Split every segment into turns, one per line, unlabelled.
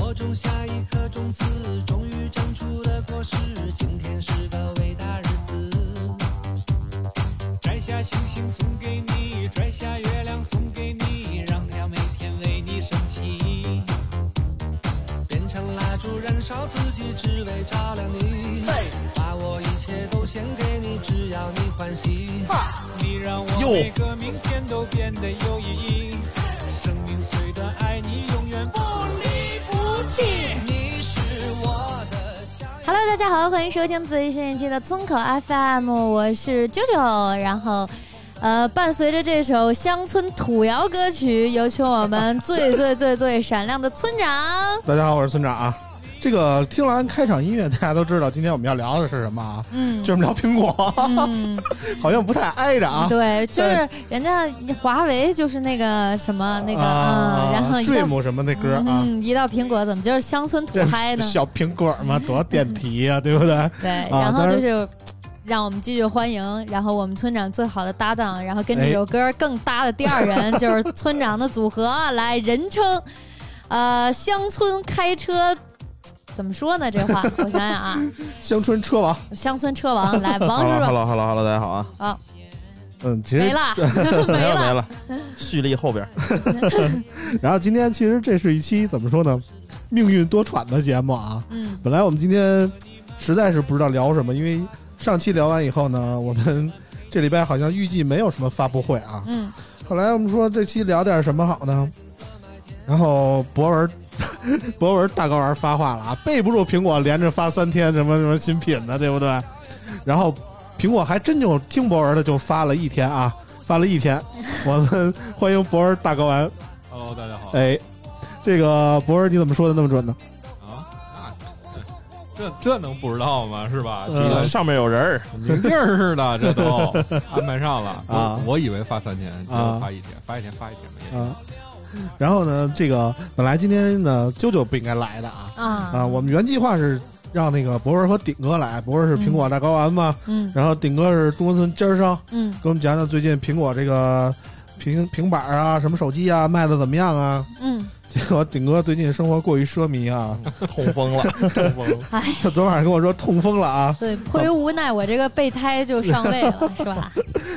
我种下一颗种子，终于长出了果实。今天是个伟大日子，摘下星星送给你，摘下月亮送给你，让它每天为你升起。变成蜡烛燃烧自己，只为照亮你。把我一切都献给你，只要你欢喜。你让我每个明天都变得有意义。生命虽短，爱你永远不离不弃。你是我的小
Hello，大家好，欢迎收听最新一期的村口 FM，我是啾啾。然后，呃，伴随着这首乡村土谣歌曲，有请我们最最最最闪亮的村长。
大家好，我是村长啊。这个听完开场音乐，大家都知道今天我们要聊的是什么啊？
嗯
就是我们聊苹果，
嗯，
好像不太挨着啊。
对，就是人家华为就是那个什么那个，
啊
嗯，然后一到
Dream 什么那歌啊，
嗯，一到苹果怎么就是乡村土
这
嗨呢？
小苹果嘛，多电题呀、对不对？
对，
啊
然后
当然
就是。让我们继续欢迎，然后我们村长最好的搭档，然后跟
哎
这首歌更搭的第二人、就是村长的组合，来人称，呃，乡村开车，怎么说呢？这话我想想啊，
乡村车王，
乡村车王，来，王叔
Hello
叔
Hello Hello Hello，大家好啊！
嗯，其
没
实，
了，
没
没
了没
了，
了，蓄力后边儿。
然后今天其实这是一期怎么说呢，命运多舛的节目啊。
嗯，
本来我们今天实在是不知道聊什么，因为上期聊完以后呢，我们这礼拜好像预计没有什么发布会啊。
嗯，
后来我们说这期聊点什么好呢？然后博文， 博文大高玩发话了啊，备不住苹果连着发三天什么什么新品的，对不对？然后苹果还真就听博文的就发了一天啊，发了一天。我们欢迎博文大高玩，
Hello，大家好。
哎，这个博文你怎么说的那么准呢？
啊，这这能不知道吗？是吧？
嗯
这
上面有人儿，
个明镜儿似的，这都安排上了
啊
我我以为发三天，结
啊
果发一天，发一天，发一天没有。
啊，然后呢，这个本来今天呢，啾啾不应该来的啊
啊
啊，我们原计划是让那个博文和顶哥来，博文是苹果大高玩嘛，
嗯
然后顶哥是中关村尖儿商，
嗯
给我们讲讲最近苹果这个平平板儿啊，什么手机啊，卖的怎么样啊？
嗯，
结果顶哥最近生活过于奢靡啊，
痛风了，痛风了。
哎，
他昨晚上跟我说痛风了啊，
所以迫于无奈，我这个备胎就上位了，是吧？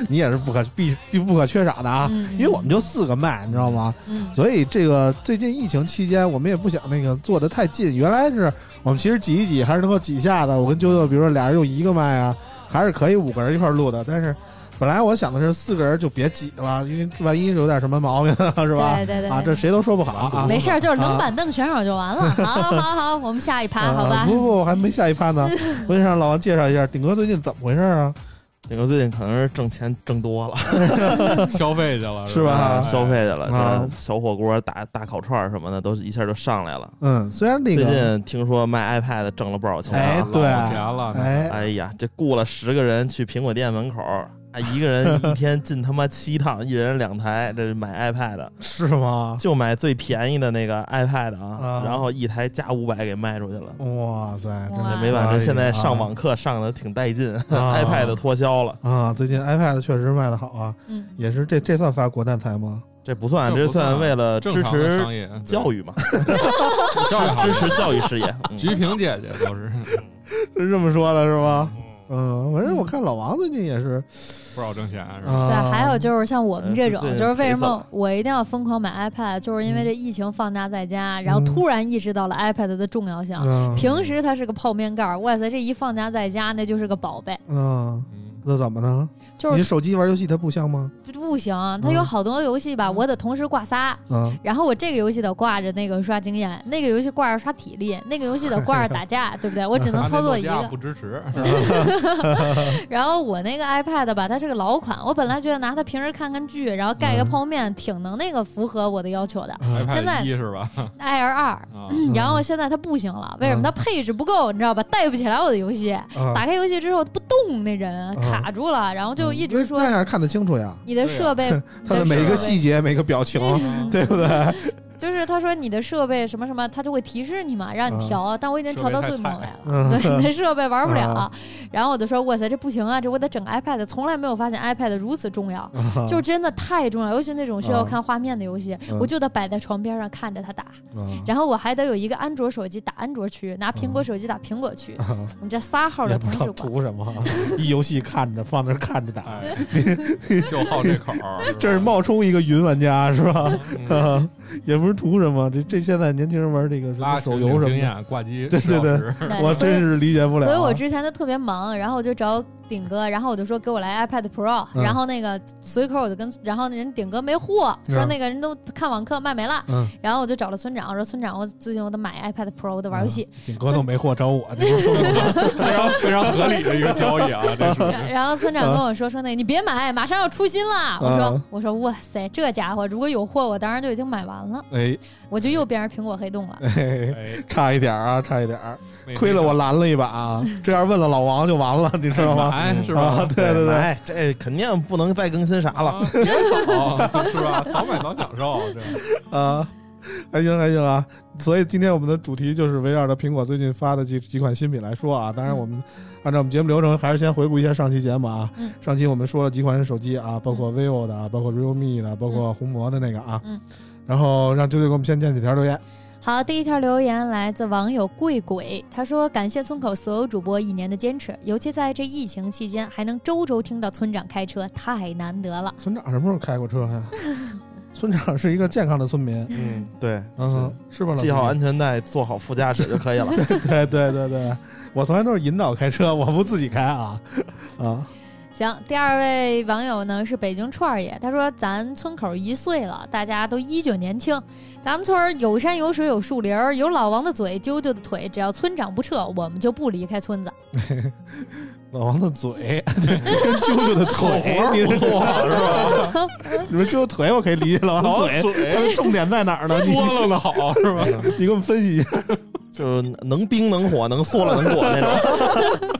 你也是不可必必不可缺少的啊，
嗯，
因为我们就四个麦，你知道吗？
嗯
所以这个最近疫情期间，我们也不想那个做的太近。原来是我们其实挤一挤还是能够挤下的。我跟啾啾，比如说俩人用一个麦啊，还是可以五个人一块儿录的。但是本来我想的是四个人就别挤了，因为万一有点什么毛病是吧？
对对对
啊，这谁都说不好啊。
没事儿，就是
啊
冷板凳选手就完了。 好好好好，我们下一趴，
啊
好吧
不？不不，我还没下一趴 呢。我想让老王介绍一下顶哥最近怎么回事啊？
那个最近可能是挣钱挣多了，
消费去了
是吧
哎
消费去了，
啊
这小火锅、大大烤串儿什么的，都是一下就上来了。
嗯，虽然那
最
个
近听说卖 iPad 挣了不少钱
哎
老
啊！
对
钱了，
哎
哎呀，这雇了十个人去苹果店门口，哎，一个人一天进他妈七趟， 一人两台，这是买 iPad，
是吗？
就买最便宜的那个 iPad 啊
啊，
然后一台加五百给卖出去了。
哇塞，真
哇
是
啊
没办
哎呀
法，这现在上网课上的挺带劲、
啊
i p a d 脱销了，
啊！最近 iPad 确实卖的好啊，
嗯，
也是这这算发国难财吗？
这不算，
这
这
不算
算为了
正
支
常的
持
商业对
教育嘛，
教育
支持教育事 业。嗯
菊萍姐姐都是
是这么说的，是吗？嗯，反正我看老王最近也是
不少挣钱是吧？
啊，嗯
对，还有就是像我们这种，
呃这
就是为
赔
什
死
么
了
我一定要疯狂买 iPad，就是因为这疫情放大在家，然后
嗯
突然意识到了 iPad 的重要性。
嗯
平时它是个泡面盖儿，哇塞，这一放假在家，那就是个宝贝。
嗯，
嗯，
那怎么呢？
就
你
是
手机玩游戏它不像吗？
不不行，它有
嗯
好多游戏吧，我得同时挂仨，
嗯，
然后我这个游戏得挂着那个刷经验，那个游戏挂着刷体力，那个游戏得挂着打架，对不对？我只 能
他
操
那
作
诺
一
基亚
个
不。支持，
嗯
然后我那个 iPad 吧，它是个老款，我本来觉得拿它平时看看剧，然后盖个
嗯
泡面，挺能那个符合我的要求的。
嗯
iPad
现在
一是吧？
Air 二，
啊，
嗯
然后现在它不行了，为什
嗯
么？它配置不够，你知道吧？带不起来我的游戏。
啊
打开游戏之后它不动，那人卡住了，然后就一直说
那样看得清楚呀，
你的 设备，你
它
的
嗯的每一个
设备
细节、哦每个表情，对不对？
嗯就是他说你的设备什么什么，他就会提示你嘛，
啊
让你调，但我已经调到最猛烈 了，对，你的设备玩不
啊
了。然后我就说，哇塞，这不行啊，这我得整个 iPad，从来没有发现 iPad 如此重要，就真的太重要，尤其那种需要看画面的游戏，
啊嗯
我就得摆在床边上看着它打，
嗯
然后我还得有一个安卓手机打安卓区，拿苹果手机打苹果区，
啊
你这仨号
也嗯
的
不
同
知
时
道
管。
图什么 啊，一游戏看着放那儿看着打，
哎， 就好这口儿，吧
这是冒充一个云玩家是吧？
嗯
啊，也不是图什么，这这现在年轻人玩这个什么
拉
手游什
经
么的，
验挂机，
对对对，
对
我
所以
真是理解不了啊。
所以我之前就特别忙，然后我就找顶哥，然后我就说给我来 iPad Pro，、
嗯
然后那个随口我就跟，然后那人顶哥没货，
嗯
说那个人都看网课卖没了，
嗯，
然后我就找了村长，我说村长，我最近我得买 iPad Pro，我得玩游戏，
嗯顶哥都没货找我，这不是说明我
非常非常合理的一个交易啊，这是。
然然后村长跟我说说那你别买，马上要出新了，我说、我说哇塞，这家伙如果有货，我当时就已经买完了，
哎
我就又变成苹果黑洞了。
哎，
哎，
差一点儿啊，差一点儿，
没
亏了我拦了一把啊，这样问了老王就完了，你知道吗？
哎是
啊
吧？
对对对
哎，这肯定不能再更新啥了。嗯
啊，别早是吧？早买早享受，这
啊，还行还行啊。所以今天我们的主题就是围绕着苹果最近发的几几款新品来说啊。
嗯
当然，我们按照我们节目流程，还是先回顾一下上期节目啊。
嗯
上期我们说了几款手机啊，包括 vivo 的啊，包括 realme 的，包括红魔的那个啊。
嗯
然后让啾啾给我们先念几条留言。
好，第一条留言来自网友贵鬼，他说：“感谢村口所有主播一年的坚持，尤其在这疫情期间，还能周周听到村长开车，太难得了。
村长什么时候开过车 呀、村长是一个健康的村民，
嗯，对，
嗯，是吧？老
系好
村
安全带，做好副驾驶就可以了。
民对对对对，我从来都是引导开车，我不自己开啊啊。”
行，第二位网友呢是北京串儿爷，他说：“咱村口一岁了，大家都依旧年轻，咱们村儿有山有水有树林儿，有老王的嘴，啾啾的腿，只要村长不撤，我们就不离开村子。
老王的嘴，跟啾啾的 腿，你是吧？你们啾啾腿 我可以理解，老王的嘴，但是重点在哪儿呢？ 你
多了的好是吧？
你给我们分析一下。
就是能冰能火，能缩了能裹那种。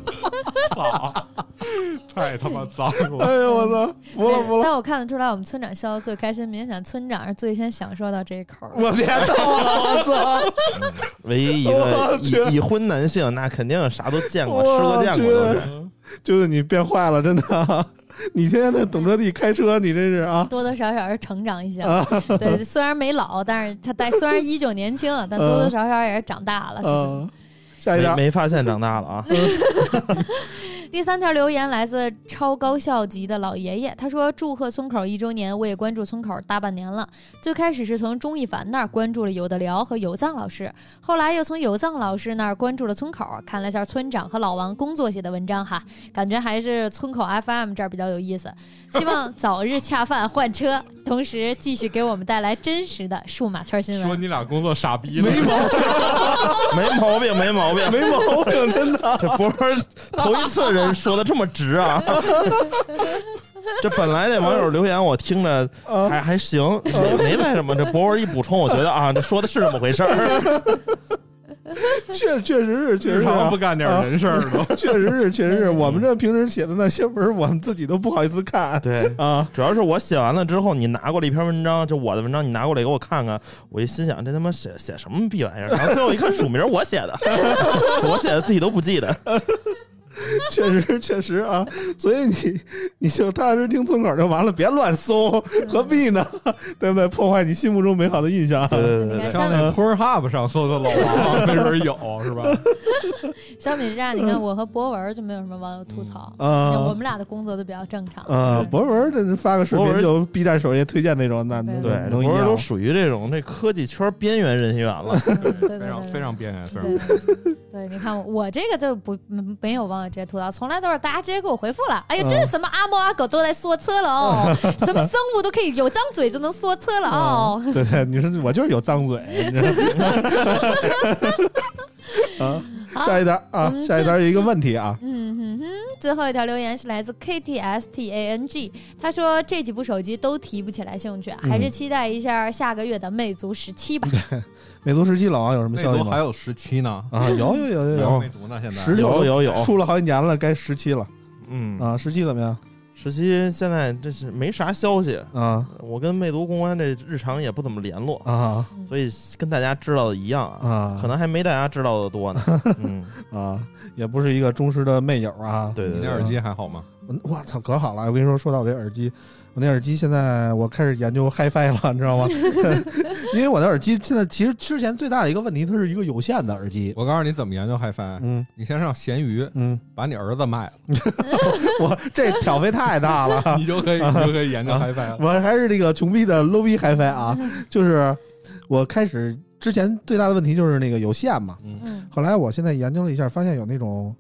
太他妈脏
哎
了！
呦我操，服了服了！
但我看得出来，我们村长笑得最开心，明显村长是最先享受到这一口儿。
我别逗了，我 操！
唯一一
我
个
去
已已婚男性，那肯定啥都见过，
我
吃过见过都是。
啾啾你变坏了，真的！啊 你天天在懂车帝开车，你真是啊！
多多少少是成长一些了，对，虽然没老，但是他带虽然依旧年轻，但多多少少也是长大了。是不
嗯，下一
没
条，
没发现长大了 啊！
是第三条留言来自超高校级的老爷爷，他说：“祝贺村口一周年，我也关注村口大半年了。最开始是从钟一凡那儿关注了有的聊和有藏老师，后来又从有藏老师那儿关注了村口，看了一下村长和老王工作写的文章哈，感觉还是村 口 FM 这儿比较有意思。希望早日恰饭换车，同时继续给我们带来真实的数码圈新闻。”
说你俩工作傻逼了，没毛
没毛病，没毛病，
没毛病，真的。啊
这 博文头一次人说的这么直 啊！这本来这网友留言我听着
啊
还还 行，没没什么。这博文一补充，我觉得啊，这说的是这么回事儿。
确确实是，确实
日
是啊
常不干点人事儿都。
确实是，确实 是。我们这平时写的那些文，我们自己都不好意思看
对，
啊。
主要是我写完了之后，你拿过来一篇文章，就我的文章，你拿过来给我看看，我一心想这他妈写写什么逼玩意儿，然后最后一看署名我写 的，我写的自己都不记得。
确实，确实啊，所以你你就踏实听村口就完了，别乱搜，何必呢？ 对不对？破坏你心目中美好的印象。啊
对对对
你
对
看，
像那 Pornhub 上搜搜老王，没准有是吧？
相比之下，你看我和博文就没有什么网友吐槽，
嗯
我们俩的工作都比较正常。
啊，
对
博文这发个视
博
频
文
就 B 站首页推荐那种，那
对
对，
那啊能
博
一
文
样
都？属于这种这科技圈边缘人员了。
对对嗯
非
对
常
对
非常边缘，非常
对对对 对，你看我这个就不没没有网友直接吐槽，从来都是大家直接给我回复了。哎呀，真是什么阿猫阿狗都来说车了哦，什么生物都可以有张嘴就能说车了哦。
对对，你说我就是有脏嘴，你知道吗 啊，
好嗯
下一条啊
我，们
下一条一个问题啊，
嗯哼哼，最后一条留言是来自 K T S T A N G，他说这几部手机都提不起来兴趣啊，还是期待一下下个月的魅族十七吧。
魅族十七老王有什么
魅
消息
族
吗
还？有十七呢，
啊，有有有有
还
有，
魅族呢，现在
十六
有有有
出了好几年了，该十七了
嗯，
啊，十七怎么样
十七现在这是没啥消息，
啊
我跟魅族公关这日常也不怎么联络，
啊
所以跟大家知道的一样啊，
啊，
可能还没大家知道的多 呢。嗯，
啊，也不是一个忠实的魅友啊。
对对
你那
对，
耳机还好吗？
我，我操，可好了！我跟你说，说到我这耳机，我那耳机现在我开始研究 HiFi 了，你知道吗？ 因为我的耳机现在其实之前最大的一个问题，它是一个有线的耳机。
我告诉你怎么研究 HiFi，
嗯
你先上闲鱼
嗯，
把你儿子卖了，
我这挑费太大了。
你就可以你就可以研究
啊
HiFi 了。
我还是这个穷逼的 low 逼 HiFi 啊，就是我开始之前最大的问题就是那个有线嘛，
嗯，
嗯，
后来我现在研究了一下，发现有那种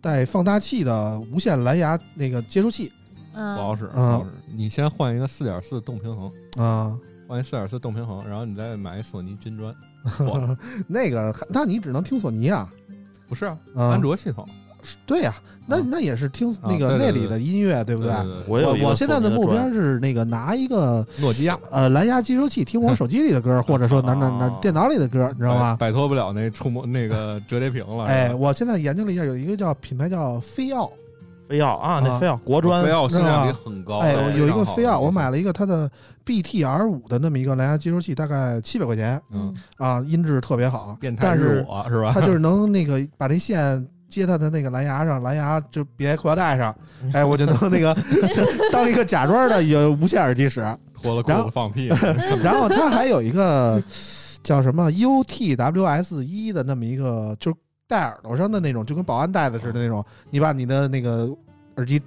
带放大器的无线蓝牙那个接收器
不
嗯，
好使，不
啊
好使。你先换一个四点四动平衡，
啊，
换一四点四动平衡，然后你再买一索尼金砖。
那个还那你只能听索尼啊，
不是啊，
啊
安卓系统，
对呀、那
啊
那也是听那
啊
个
对对
那
对
里的音乐，对不
对对对，
我有一
我
个
我现在的
索尼
目标
砖
是那个拿一个
诺基亚，
呃蓝牙接收器听我手机里的歌，或者说哪哪哪
啊
电脑里的歌，你知道吗？
摆摆脱不了那触摸那个折叠屏了。
哎，
是吧，
我现在研究了一下，有一个叫品牌叫飞奥，
非要啊，那
啊
非要国
飞
专
奥性价比
是吧
很高。
哎，
对
我
非
有一
常
个
好
飞奥，我买
了。
了一个它的 BTR 五的那么一个蓝牙接收器，大概七百块钱
嗯，
啊，音质特别好，
变态
但
是
是
我是吧？
它就是能那个把这线接它的那个蓝牙上，蓝牙就别裤腰带 上，哎，我就能那个 就当一个假装的有无线耳机 使。
脱了
然
裤
后
子放屁，
然后它还有一个叫什么 UTWS 一的那么一个，就是戴耳朵上的那种，就跟保安戴的似的那种，你把你的那个耳机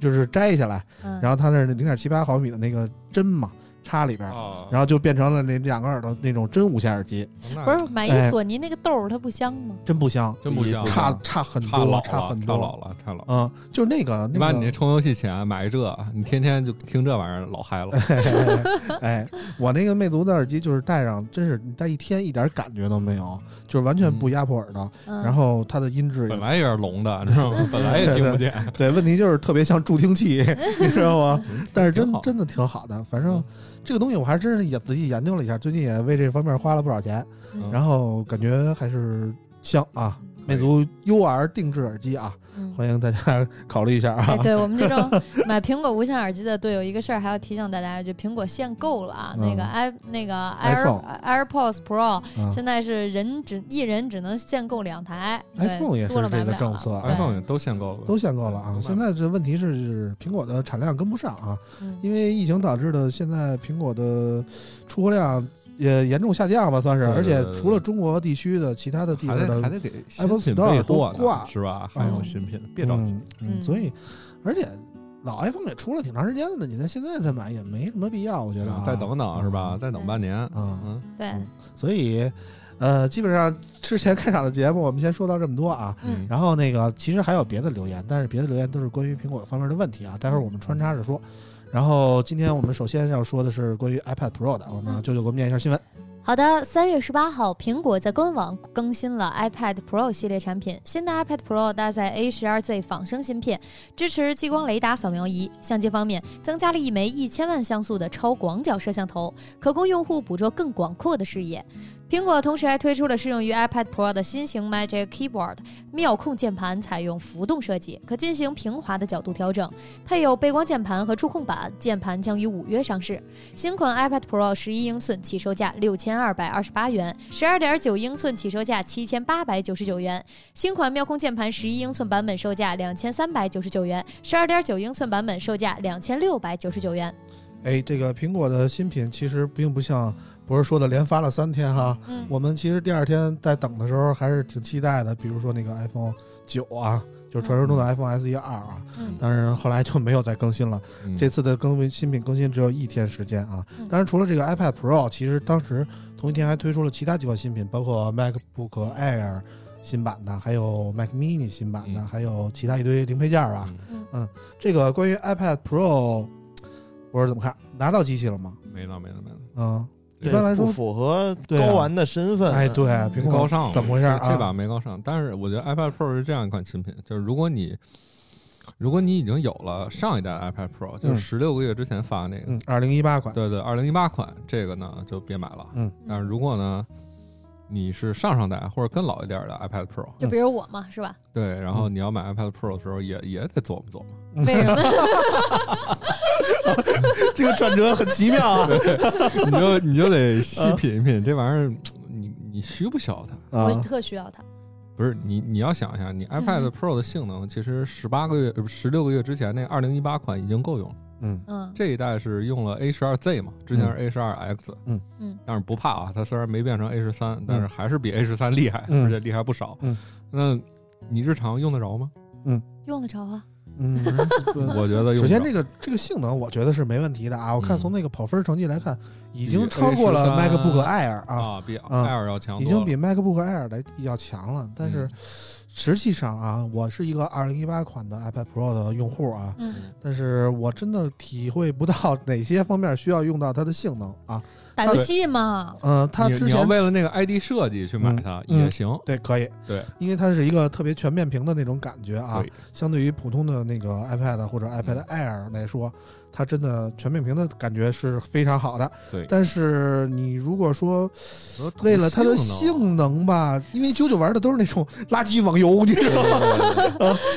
就是摘下来，
嗯
然后它是零点七八毫米的那个针嘛，插里边儿。
啊
然后就变成了那两个耳朵那种真无线耳机，
那
不是买
哎
一索尼那个豆儿，它不香吗？
真不香，
真不香
差差很
差老
多，
了，差
很
老
多。
了，差老了。
嗯，就是那个
你
那
把你那
个，
充游戏钱买一这，你天天就听这玩意儿老 嗨了。
哎，我那个魅族的耳机就是戴上，真是你戴一天一点感觉都没有，就是完全不压迫耳朵，
嗯，
然后它的音质也
本来也是聋的，你知道吗？本来也听不见。
对，问题就是特别像助听 器，你知道吗？但是真
嗯挺好嗯
真的挺好的，反正这个东西我还真是也仔细研究了一下，最近也为这方面花了不少钱，
嗯
然后感觉还是香啊！
可以
魅族 UR 定制耳机啊，
嗯
欢迎大家考虑一下
哎，
啊。
对我们这种 买苹果无线耳机的，对，有一个事儿还要提醒大家，就苹果限购了啊，那个
嗯
i 那个
iPhone
Air AirPods Pro
嗯
哎现在是人只一人只能限购两台对
iPhone 也是
多了买
这
不
个
了
政策啊
了
iPhone 也都限购了，
都限购了啊！现在这问题是苹果的产量跟不上啊，
对嗯
因为疫情导致的，现在苹果的出货量也严重下降吧，算是。
对对
而且
对对
除了中国地区的，其他的地
还
方
得
的
还得给
Apple
新品
Store
备
都
货呢
挂，
是吧？还有新品，别着急。
嗯。嗯，
嗯
所以，而且老 iPhone 也出了挺长时间了，你在现在再买也没什么必要，我觉得、啊。
嗯再等等是吧？？再等半年，
嗯，
嗯，
对，
所以，呃，基本上之前开场的节目我们先说到这么多啊。
嗯
然后那个其实还有别的留言，但是别的留言都是关于苹果方面的问题啊，待会儿我们穿插着说。然后今天我们首先要说的是关于 iPad Pro 的，我们让舅舅给我们念一下新闻。
好的，三月十八号，苹果在官网更新了 iPad Pro 系列产品。新的 iPad Pro 搭载 A 1 2 Z 仿生芯片，支持激光雷达扫描仪。相机方面，增加了一枚一千万像素的超广角摄像头，可供用户捕捉更广阔的视野。苹果同时还推出了适用于 iPad Pro 的新型 Magic Keyboard 妙控键盘，采用浮动设计，可进行平滑的角度调整，配有背光键盘和触控板。键盘将于五月上市。新款 iPad Pro 十一英寸起售价六千二百二十八元，十二点九英寸起售价七千八百九十九元。新款妙控键盘十一英寸版本售价两千三百九十九元，十二点九英寸版本售价两千六百九十九元。
哎，这个苹果的新品其实并不像博士说的连发了三天哈，
嗯，
我们其实第二天在等的时候还是挺期待的，比如说那个 iPhone 九啊，就是传说中的 iPhone SE 二啊，
嗯
当然后来就没有再更新了。
嗯
这次的更新新品更新只有一天时间啊
嗯。
当然，除了这个 iPad Pro，其实当时同一天还推出了其他几款新品，包括 MacBook Air。新版的，还有 Mac Mini 新版的，
嗯
还有其他一堆零配件儿吧。啊
嗯
这个关于 iPad Pro，我是怎么看？拿到机器了吗？
没了没了没了，
嗯，
这
一般来说
不符合
对啊
高玩的身份。啊
哎，对，苹
没
果
嗯高尚了，
怎么回事啊？
这这把没高尚，但是我觉得 iPad Pro 是这样一款新品，就是如果你如果你已经有了上一代的 iPad Pro，就是十六个月之前发的那个，
嗯，二零一八款，
对对，二零一八款这个呢就别买了。
嗯
但是如果呢你是上上代或者更老一点的 iPad Pro，
就比如我嘛，是吧？
对，然
嗯
后你要买 iPad Pro 的时候也也得琢磨琢磨。
为什么？
这个转折很奇妙啊！
你就你就得
嗯
细品一品这玩意儿，你你需不需要它？
啊
我，特需要它。
不是你你要想一下，你 iPad
嗯
Pro 的性能其实十八个月、十六个月之前那二零一八款已经够用了。
嗯
嗯
这一代是用了 A 1 2 Z 嘛，之前是 A 1 2 X，
嗯
嗯
但是不怕啊，它虽然没变成 A 1 3但是还是比 A 1 3厉害，
嗯
而且厉害不少。
嗯
那你日常用得着吗？
用得着啊。
嗯，对
我觉得用
首
不
先，
着
这个这个性能，我觉得是没问题的啊。我看
嗯
从那个跑分成绩来看，已
比
经超过了
A13
MacBook Air 啊，
啊，比
啊
Air 要强
已
多
经
了嗯
比 MacBook Air 来要强了。但是实际上啊，我是一个2018款的 iPad Pro 的用户啊，
嗯，
但是我真的体会不到哪些方面需要用到它的性能啊。
打游戏嘛，
嗯，它
你
之
你要
前
为了那个 ID 设计去买
嗯
它
嗯
也行，
对可以
对，
因为它是一个特别全面屏的那种感觉啊
对，
相对于普通的那个 iPad 或者
嗯
iPad Air 来说，它真的全面屏的感觉是非常好的。
对
但是你如果说
和同
为了它的
能啊
性能吧，因为九九玩的都是那种垃圾网 游，你知道吗？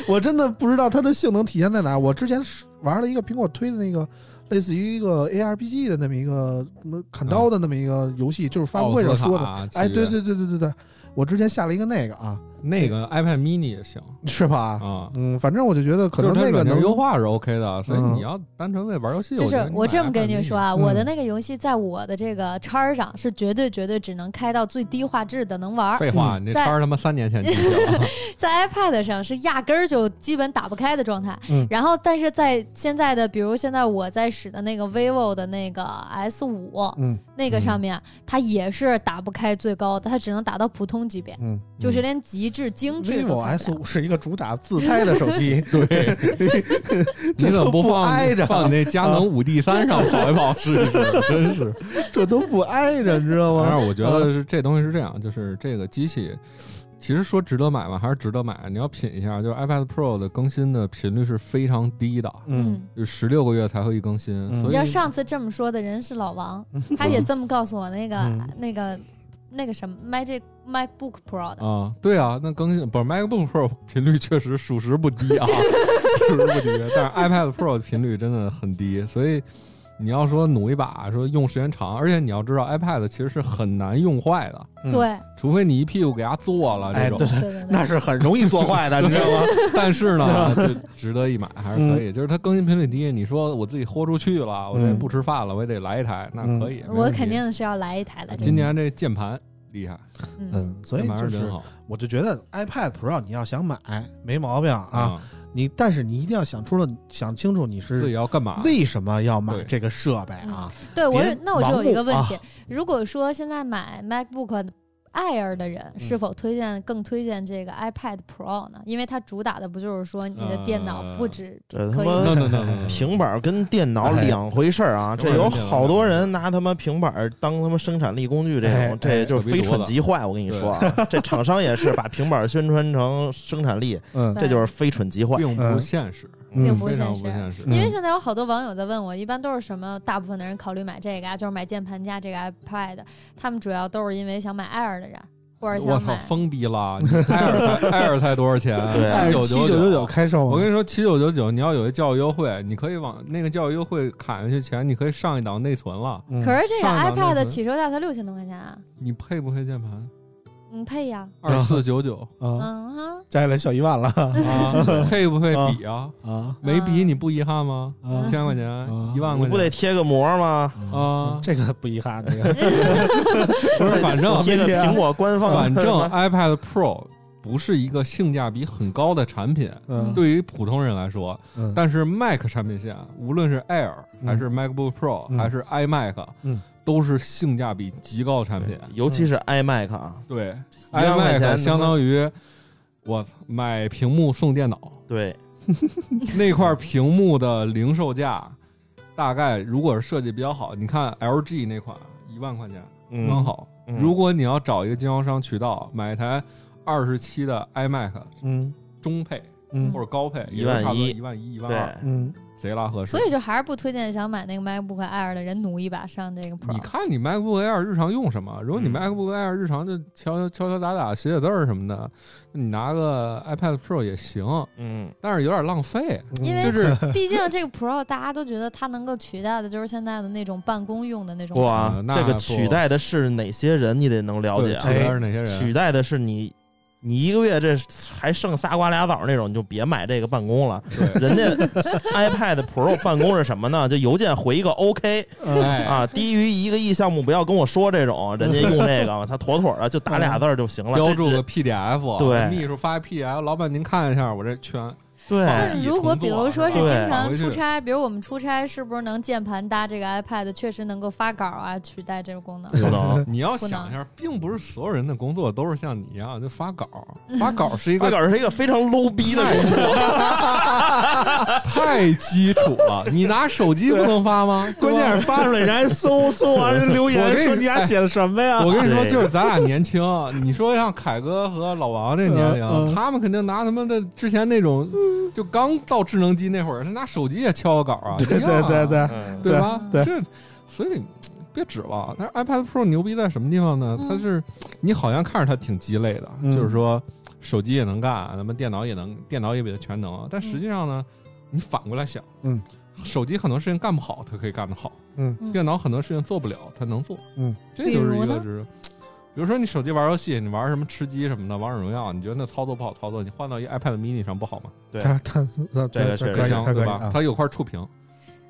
我真的不知道它的性能体现在哪儿。我之前是玩了一个苹果推的那个。类似于一个 ARPG 的那么一个什么砍刀的那么一个游戏，就是发布会上说的。
奥斯卡啊
哎，对，对对对对对，我之前下了一个那个 啊，
那个 iPad mini 也行
是吧？
啊。
嗯，反正我就觉得可能
就是它
那个
软件
能
优化是 OK 的，所以
嗯
你要单纯为玩游戏，
就
觉得
是
你
我
买
这么跟
iPad
你说
mini
啊，
嗯
我的那个游戏在我的这个叉儿上是绝对绝对只能开到最低画质的能玩儿，
废话，你这
啊嗯在
摊儿他妈三年前就行 了，
在 iPad 上是压根儿就基本打不开的状态。
嗯
然后但是在现在的，比如现在我在使的那个 vivo 的那个 S 五、
嗯
那个上面，它也是打不开最高的，它只能打到普通级别，
嗯
就是连极致精致都
vivo
开
S
不了。
五是一个主打自拍的手 机， 对，
你
这
怎么
都
不放
挨着？嗯
放那佳能五 D 三上跑一跑试 一试？真是。
这都不挨着，你知道
反
吗？
正我觉得是这东西是这样，就是这个机器，其实说值得买嘛，还是值得买。你要品一下，就是 iPad Pro 的更新的频率是非常低的，
嗯，
嗯，
就十六个月才会一更新，
嗯
所
你知道
以
上次这么说的人是老王，他也这么告诉我那个、
嗯
那个那个什么 Magic MacBook Pro 的。
啊，对啊，那更新不是 MacBook Pro 频率确实属实不低 啊，属实不低。但是 iPad Pro 的频率真的很低，所以你要说努一把，说用时间长，而且你要知道 iPad 其实是很难用坏的，
嗯
对
除非你一屁股给它做了这
哎
种。
对
对对
那
对，
是很 容易做坏的，你知道 吗？
但是 呢，就值得一买，还是可以。就是它更新频率低，你说我自己豁出去了，我这
嗯
不吃饭了，我也得来一台，那可以。没
我
问题
肯。定是要来一台的。
今年这键盘厉害，
嗯，
嗯，所以
键盘
就是是
真，好
我就觉得 iPad Pro 你要想买没毛病啊，！你但是你一定要想出了想清楚你
嗯自己
是
要干嘛？
为什么要买
对
这个设备啊？
对我
别
有那我就有
盲目
一个问
啊
题，如果说现在买 MacBook Air 的人，是否推荐更推荐这个 iPad Pro 呢？因为它主打的不就是说你的电脑不
呃
止
这他
可以
妈
no no no，
平板儿跟电脑
哎
两回事儿啊！
平板
这
儿
有
跟电脑
好多人拿他妈平板儿当他妈生产力工具，这
哎
种这就是非蠢即坏。我跟你说啊， 这厂商也是把平板儿宣传成生产力，
嗯
这就是非蠢即坏。
并不现实，
并
嗯
不
非常
现
不现
实。
实。
因为现在有好多网友在问我，一般都是什么？大部分的人考虑买这个啊，就是买键盘加这个 iPad，他们主要都是因为想买 Air 的人，或者
我
想
操
买，
疯逼了！你艾尔才艾尔才多少钱？
对
但是
九
啊七九
九
九九。开嗯售
我
吗
跟？你说，七九九九，你要有一教育优惠，你可以往那个教育优惠砍下去钱，你可以上一档内存了。
嗯
可是这个
上一档内
iPad
存
起售价才六千多块钱啊，
你配不配键盘？
你配呀？
二四 九九
啊，
嗯哈，
加起来小一万了
啊，配不配笔啊？
啊
没笔你不遗憾吗？
啊
五千块钱，一万
你
块
不得
钱
贴个膜吗？
啊？
嗯这个不遗憾，这个
不是， 反正
贴个苹果官方，
反正 iPad Pro 不是一个性价比很高的产品，
嗯
对于普通人来说，
嗯
但是 Mac 产品线，无论是 Air
嗯
还是 MacBook Pro
嗯
还是 iMac，
嗯
都是性价比极高的产品。
尤其是 iMac 啊，
对
嗯一万块钱
，iMac 相当于我操买屏幕送 电脑，
对，
那块屏幕的零售价大概如果是设计比较好，你看 LG 那款一万块钱
嗯，
刚好。
嗯
如果你要找一个经销商渠道买一台二十七的 iMac
嗯
中配
嗯
或者高配，
一万一
一万一、一万
对
二，，
嗯，
贼拉合适。
所以就还是不推荐想买那个 MacBook Air 的人努一把上这个
你
Pro。
看你 MacBook Air 日常用什么？如果你
嗯
MacBook Air 日常就敲敲敲敲打打、写写字儿什么的，你拿个 iPad Pro 也行，
嗯，
但是有点浪费。
因为
就是
毕竟这个 Pro 大家都觉得它能够取代的就是现在的那种办公用的那种。
哇
嗯，那
这个
不
取代的是哪些人，你得能了
对，
解
取
啊。
代是哪些人？
取代的是你，你一个月这还剩仨瓜俩枣那种，你就别买这个办公了。
对，
人家 iPad Pro 办公是什么呢？就邮件回一个 OK
哎，
哎，
啊，低于一个亿项目不要跟我说这种，人家用这 个，他妥妥的就打俩字儿就行了。
标
这
注
这
个 PDF，
对
秘书发 PDF，老板您看一下我这全。
对
哎
但是如果比如说是
对
经
返
常
回去
出差，比如我们出差，是不是能键盘搭这个 iPad，确实能够发稿啊，取代这个功能？
不能。
你要
不能
想一下，并不是所有人的工作都是像你一样就发稿，发稿是一
发
个
稿是一个非常 low 逼的工作，
太基础了。你拿手机不能发 吗？
关键是发出来人还搜搜完人留
我
言
跟哎你
说你俩写的什么 呀？
我跟你说，
对
就是咱俩 年轻，你说像凯哥和老王这年
嗯
龄，
嗯
他们肯定拿他们的之前那种，就刚到智能机那会儿，他拿手机也敲个稿啊，
对
一样啊
对对对，
嗯
对吧？
对
这所以别指望。但是 iPad Pro 牛逼在什么地方呢？
嗯
它是你好像看着它挺鸡肋的，
嗯
就是说手机也能干，咱们电脑也能，电脑也比它全能。但实际上呢，你反过来想，
嗯，
手机很多事情干不好，它可以干得好；
嗯
嗯
电脑很多事情做不了，它能做。
嗯，
这就是
比如
一个
呢
就是。比如说你手机玩游戏，你玩什么吃鸡什么的，王者荣耀，你觉得那操作不好操作，你换到一 iPad mini 上不好吗？
对
他他他
这
他
个确
可
实
以，
行
他可
对
以
吧？
啊。
它有块触屏。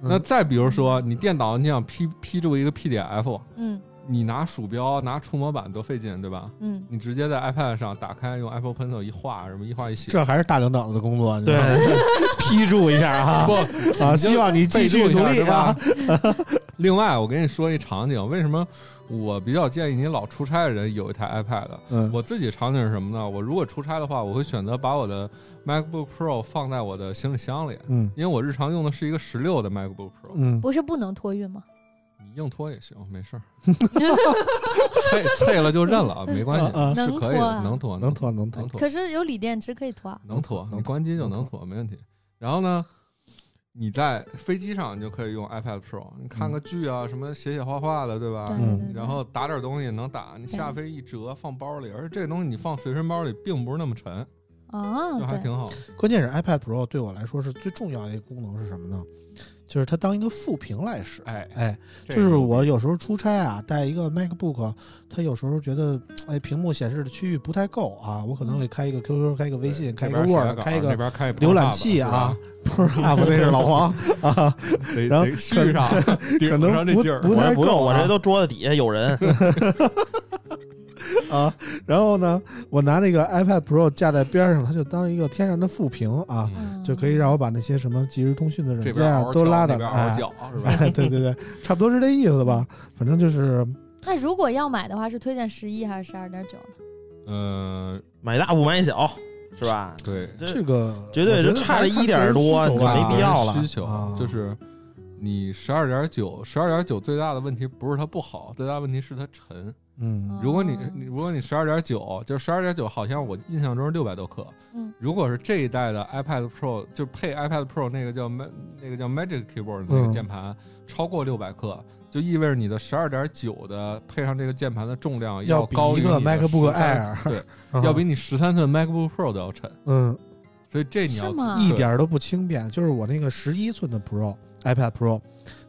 嗯
那再比如说，你电脑你想批批注一个 PDF，
嗯
你拿鼠标拿触摸板多费劲，对吧？
嗯，
你直接在 iPad 上打开，用 Apple Pencil 一画，什么一画一写，
这还是大领导的工作，你知
对
道吗， 批注一下哈
不
啊！希望你 继
备
续
注一下
努力
对吧
啊！？
另外，我跟你说一场景，为什么我比较建议你老出差的人有一台 iPad？
嗯，
我自己场景是什么呢？我如果出差的话，我会选择把我的 MacBook Pro 放在我的行李箱里，
嗯
因为我日常用的是一个十六的 MacBook Pro。
嗯，
不是不能托运吗？
你硬拖也行，没 事儿，脆脆了就认了，啊没关系，
嗯嗯
是可以
能拖啊
的，能拖，
能，拖能
能
拖，
拖
可，是有锂电池可以拖啊。
能拖
能，拖
你关机就
能
能拖，没问题。然后呢，你在飞机上你就可以用 iPad Pro，你看个剧啊，什么写写画画的，对吧？
对
嗯
对对。
啊然后打点东西能打，你下飞一折放包里，而且这个东西你放随身包里并不是那么沉，
啊，
就还
对，
挺好。
关键是 iPad Pro 对我来说是最重要的一个功能是什么呢？就是它当一个副屏来使。
哎，
哎，
这
就
个
是我有时候出差啊，带一个 MacBook，它有时候觉得哎屏幕显示的区域不太够啊，我可能会开一个 QQ，开一个微信，开一个
嗯这边写
Word，
稿啊
开一
那
个
边开
浏览器啊，不是啊，不对，是老黄啊，
对吧，
然后
得得续上，
可
顶
能
上这
不
劲儿。
不太
我不用，
够
我
啊
这都桌子底下有 人。
啊，然后呢，我拿那个 iPad Pro 架在边上，它就当一个天然的副屏啊，
嗯
嗯
就可以让我把那些什么即时通讯的
这
软件
边
啊
嗷嗷
都
叫
拉
那
到
边嗷嗷
哎，
叫，是 吧？
哎对对对，差不多是这意思吧，反正就是
那如果要买的话，是推荐十一还是十二点九呢？
呃，
买大不买小，是吧？
对，
这
这个
绝对
我觉
是
得
差
还
了
是
一点儿多
看个人需求
你
吧
没必要了
需求
啊
就是你十二点九，十二点九最大的问题不是它不好，最大问题是它沉。
嗯
如果你
哦
你如果你十二点九，就十二点九，好像我印象中六百多克。
嗯，
如果是这一代的 iPad Pro，就配 iPad Pro 那个叫 Ma- 那个叫 Magic Keyboard 的那
嗯
个键盘，超过六百克。就意味着你的十二点九的配上这个键盘的重量
要比
高于
一个
你的
MacBook
13
Air
对，
啊
要比你十三寸 MacBook Pro 都要沉，
嗯
所以这你要
是
嗯
吗
一点儿都不轻便，就是我那个十一寸的 Pro iPad Pro，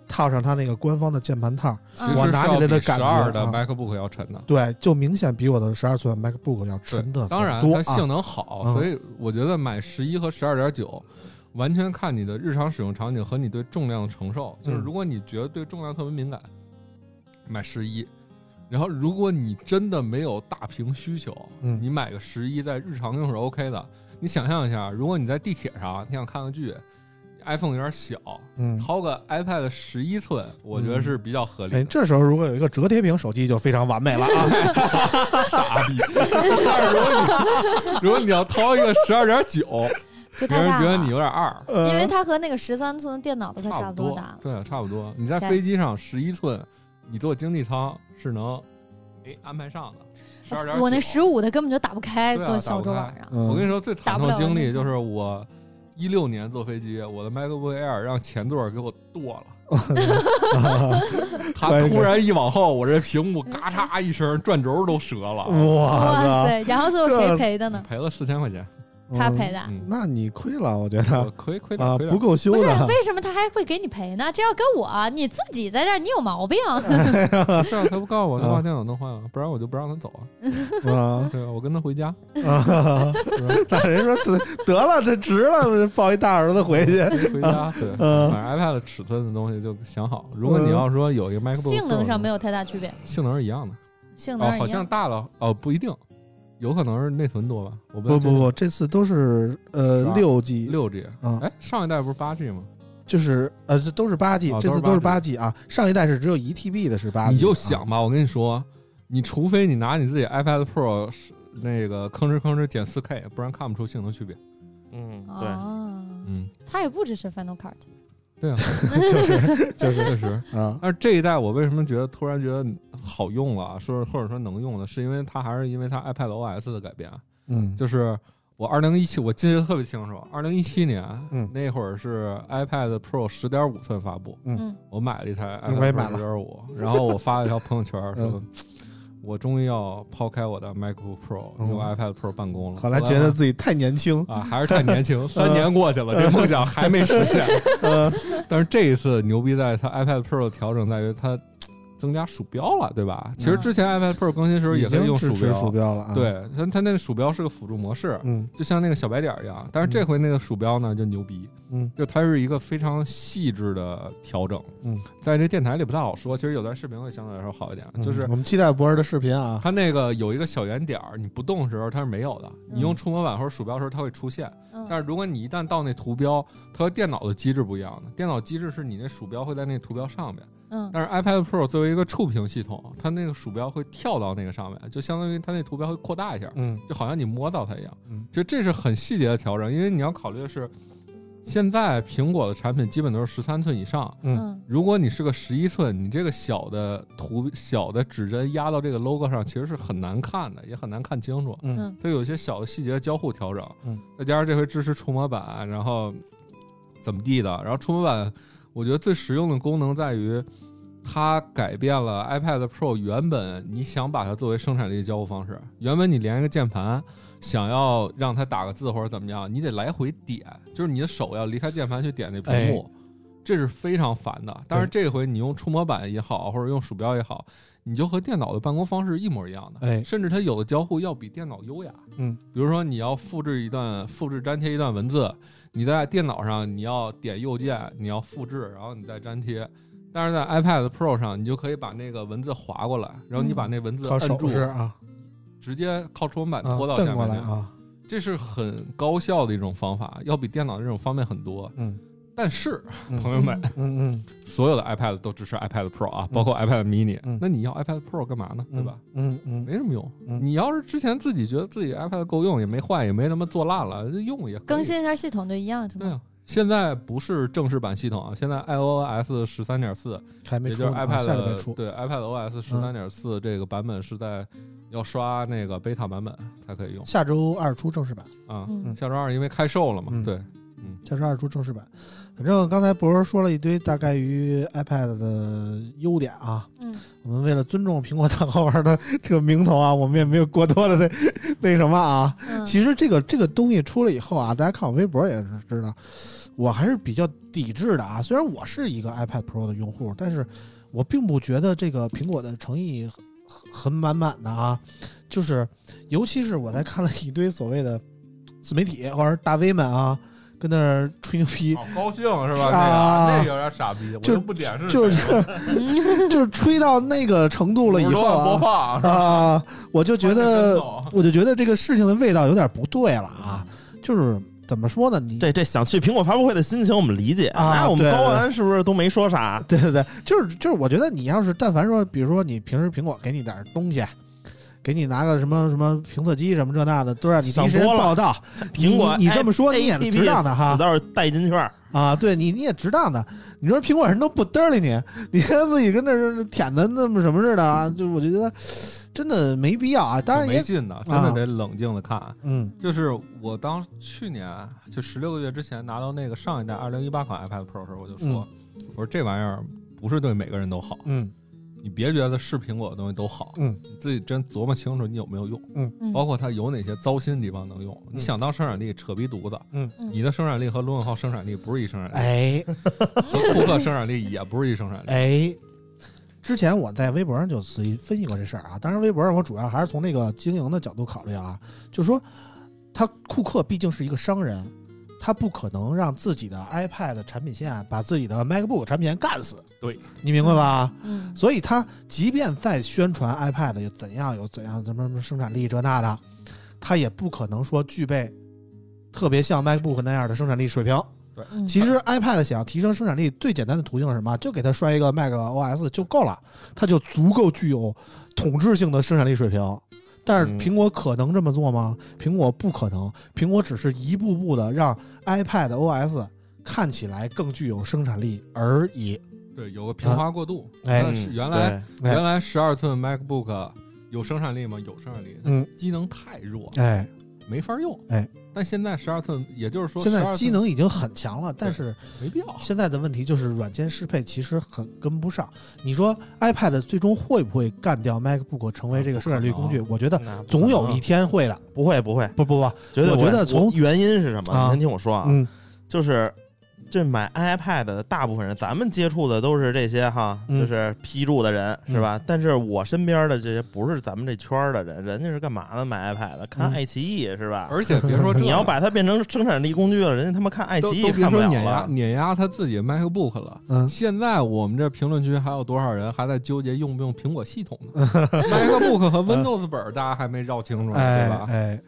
套上它那个官方的键盘套，
其
嗯
实
我拿起来的感
十
觉
二
啊
的 MacBook 要沉的。
对，就明显比我的十二寸 MacBook 要
对
沉的，
当然
多
它
啊
性能好，
嗯
所以我觉得买十一和十二点九，完全看你的日常使用场景和你对重量的承受。就是
嗯
如果你觉得对重量特别敏感，买十一。然后，如果你真的没有大屏需求，
嗯
你买个十一在日常用是 OK 的。你想象一下，如果你在地铁上，你想看个剧 iPhone 有点小，
嗯，
掏个 iPad 十一寸，我觉得是比较合
哎，
理的。
这时候如果有一个折叠屏手机就非常完美了啊！
傻逼！但是如果你 如果你要掏一个十二点九，
就
别
太
人
大
觉得你
了，
有点二，
呃
因为它和那个十三寸的电脑都快
差
差
不
不多大。
对，差不多。你在
对
飞机上十一寸，你坐经济舱是能哎安排上的。十二点
我那十五的根本就打不开，
对啊
坐
打
小
不
桌
开
板 上。
嗯
我跟你说，最
打
惨
不
痛的
了
经
那
历
个
就是我一六年坐飞机，我的 MacBook Air 让前座给我剁了，
嗯
它
乖
突然一往后，我这屏
嗯
幕嘎嚓一声，转轴都折了，
哇
哇
塞，
塞！然后最后谁
这
赔的呢？
赔了四千块钱，
他赔的。
嗯，
那你亏了，我觉
我
得
亏亏点
啊
亏点
不够修
不是
的，
为什么他还会给你赔呢？这要跟我，啊你自己在这儿，你有 毛病。
哎
不是啊，他不告诉我，他
啊
把电脑弄坏了，不然我就不让他走啊。
啊
对啊，我跟他回家。
啊！ 那人说这得了，这值了，抱一大儿子回去，
回家，对，
嗯
反正 iPad 尺寸的东西就想好。如果你要说有一个 MacBook，
性能上没
有，
有太大区别，
性能是一样的。
性能
哦
是，一
好
样
像大了，哦不一定，有可能是内存多吧？我
不
太
不不，这次都是呃
12
六 G，
六 G，
啊
哎，上一代不是八 G 吗？
就是呃这都是八 G，
哦
这次都是八
8
G 啊。上一代是只有一 TB 的是八 G，啊
你就想吧，我跟你说，你除非你拿你自己 iPad Pro 是那个吭哧吭哧减四 K，不然看不出性能区别。
嗯，对，
哦，
嗯，
它也不支持 Final Cut，
对啊，
就是
就是确实。
啊，
但是这一代我为什么觉得突然觉得好用了，啊说或者说能用了，是因为它还是因为它 iPad OS 的改变。啊
嗯，
就是我二零一七，我记得特别清楚，二零一七年，
嗯
那会儿是 iPad Pro 十点五寸发布，
嗯
嗯，
我买了一台
我也
iPad
买
Pro
了
十点五，然后我发了一条朋友圈说，
嗯
我终于要抛开我的 MacBook Pro
嗯
用 iPad Pro 办公了。
后来觉得自己嗯太年轻，
啊，还是太年轻，三年过去了，这梦想还没实现。
呃，
但是这一次牛逼在它 iPad Pro 的调整在于它增加鼠标了，对吧？其实之前 iPad Pro 更新的时候
嗯已
也可
经
以用
支
鼠
持鼠标了啊。，
对，它它那个鼠标是个辅助模式，
嗯
就像那个小白点儿一样。但是这回那个鼠标呢就牛逼，
嗯
就它是一个非常细致的调整。
嗯，
在这电台里不太好说，其实有段视频会相对来说好一点，
嗯，
就是
我们期待博儿的视频啊。
它那个有一个小圆点儿，你不动的时候它是没有的，
嗯
你用触摸板或者鼠标的时候它会出现。
嗯
但是如果你一旦到那图标，它和电脑的机制不一样的，电脑机制是你那鼠标会在那图标上面。
嗯
但是 iPad Pro 作为一个触屏系统，它那个鼠标会跳到那个上面，就相当于它那图标会扩大一下，
嗯
就好像你摸到它一样。
嗯
其实这是很细节的调整，因为你要考虑的是，现在苹果的产品基本都是十三寸以上。
嗯
如果你是个十一寸，你这个小的图、小的指针压到这个 logo 上，其实是很难看的，也很难看清楚。
嗯
嗯
它有一些小的细节的交互调整，
嗯，
再加上这回支持触摸板，然后怎么地的，然后触摸板，我觉得最实用的功能在于它改变了 iPad Pro 原本你想把它作为生产力的交互方式，原本你连一个键盘，想要让它打个字或者怎么样，你得来回点，就是你的手要离开键盘去点这屏幕。这是非常烦的，但是这回你用触摸板也好，或者用鼠标也好，你就和电脑的办公方式一模一样的，
哎
甚至它有的交互要比电脑优雅。
嗯，
比如说你要复制一段、复制粘贴一段文字，你在电脑上你要点右键，你要复制，然后你再粘贴。但是在 iPad Pro 上，你就可以把那个文字划过来，然后你把那文
嗯
字
靠
摁
手
住，
势啊，
直接靠触摸板
啊
拖到下
蹬过
面
来
去。
啊，
这是很高效的一种方法，要比电脑这种方便很多。
嗯
但是
嗯
朋友们，
嗯嗯，
所有的 iPad 都支持 iPad Pro 啊，包括 iPad mini、
嗯
那你要 iPad Pro 干嘛呢？对吧？？
嗯嗯
没什么用。
嗯
你要是之前自己觉得自己 iPad 够用，也没坏，也没他妈做烂了，就用也可以
更。新一下系统就一样，是
对
吗？
啊，现在不是正式版系统啊，现在 iOS 十三点四，
还没
也
出
就是
呢啊，下礼拜
iPad
出。
对 iPad OS 十三点四这个版本是在要刷那个 beta 版本才可以用
下周二出正式版，
啊。
嗯
下周二因为开售了嘛，
嗯
对，
下周二出正式版。反正刚才博儿说了一堆大概于 iPad 的优点啊，
嗯，
我们为了尊重苹果大 高玩的这个名头啊，我们也没有过多的那那什么啊。
嗯
其实这个这个东西出了以后啊，大家看我微博也是知道，我还是比较抵制的啊。虽然我是一个 iPad Pro 的用户，但是我并不觉得这个苹果的诚意很很很满满的啊。就是，尤其是我在看了一堆所谓的自媒体或者大 V 们啊，跟那儿吹牛逼，
好高兴是
吧啊那个那个
有点傻逼，我
就就
不点是
就是就是吹到那个程度了以 后啊
放
啊，我就觉得我就觉得这个事情的味道有点不对了啊。就是怎么说呢？你
这这想去苹果发布会的心情，我们理解。
啊
那我们
对
高玩是不是都没说啥？
对对对，就是就是，我觉得你要是但凡说，比如说你平时苹果给你点儿东西，给你拿个什么什么评测机什么这那的，都让你第一时
想
间
多了
报道。
苹果哎
你你这么说你也
APP
值当的哈
死倒是代金券，
啊，对你你也值当的。你说苹果人都不嘚儿理你， 你看自己跟那儿舔的那么什么似的啊，就我觉得真的没必要啊。当然
挺没
也
劲的，真的得冷静的看。
嗯
就是我当去年就十六个月之前拿到那个上一代二零一八款 iPad Pro 的时候，我就说，我说这玩意儿不是对每个人都好，
嗯
你别觉得是苹果的东西都好，
嗯
你自己真琢磨清楚你有没有用，
嗯
包括它有哪些糟心地方能用。
嗯
你想当生产力，扯皮犊子。
嗯
嗯
你的生产力和罗永浩生产力不是一生产力，
哎
和 库克生产力也不是一生产力。
哎，之前我在微博上就仔细分析过这事儿啊。当然，微博上我主要还是从那个经营的角度考虑啊，就说他库克毕竟是一个商人，他不可能让自己的 iPad 产品线把自己的 MacBook 产品线干死。
对，
你明白吧？
嗯
所以他即便再宣传 iPad 有怎样有怎样什么什么生产力这那的，他也不可能说具备特别像 MacBook 那样的生产力水平。
嗯
其实 iPad 想要提升生产力最简单的途径是什么？就给它摔一个 Mac OS 就够了，它就足够具有统治性的生产力水平。但是
嗯
苹果可能这么做吗？苹果不可能，苹果只是一步步的让 iPad OS 看起来更具有生产力而已。
对，有个平滑过渡。
哎
它
嗯
是原来
哎
原来十二寸 MacBook 有生产力吗？有生产力，
嗯，
机能太弱，
哎，
没法用。
哎，
但现在十二寸，也就是说
现在
12寸
机能已经很强了，但是
没必要。
现在的问题就是软件适配其实很跟不上。你说 iPad 最终会不会干掉 MacBook 成为这
啊
个生产力工具？我觉得
那不
总有
可能啊
一天会的。
不会不会，
不不不，
绝对
我
不
觉
会
得从
原因是什么？
啊
您听我说啊，
嗯
就是这买 iPad 的大部分人，咱们接触的都是这些哈，
嗯
就是批注的人
嗯
是吧？但是我身边的这些不是咱们这圈儿的人，人家是干嘛的？买 iPad 的看
嗯
爱奇艺是吧？
而且别说这，
你要把它变成生产力工具了，人家他妈看爱
都
奇艺
都别
看不
说
了
碾压
了。
碾压他自己 MacBook 了。
嗯，
现在我们这评论区还有多少人还在纠结用不用苹果系统 呢？MacBook 和 Windows 本儿大家还没绕清楚呢，
哎
对吧？
哎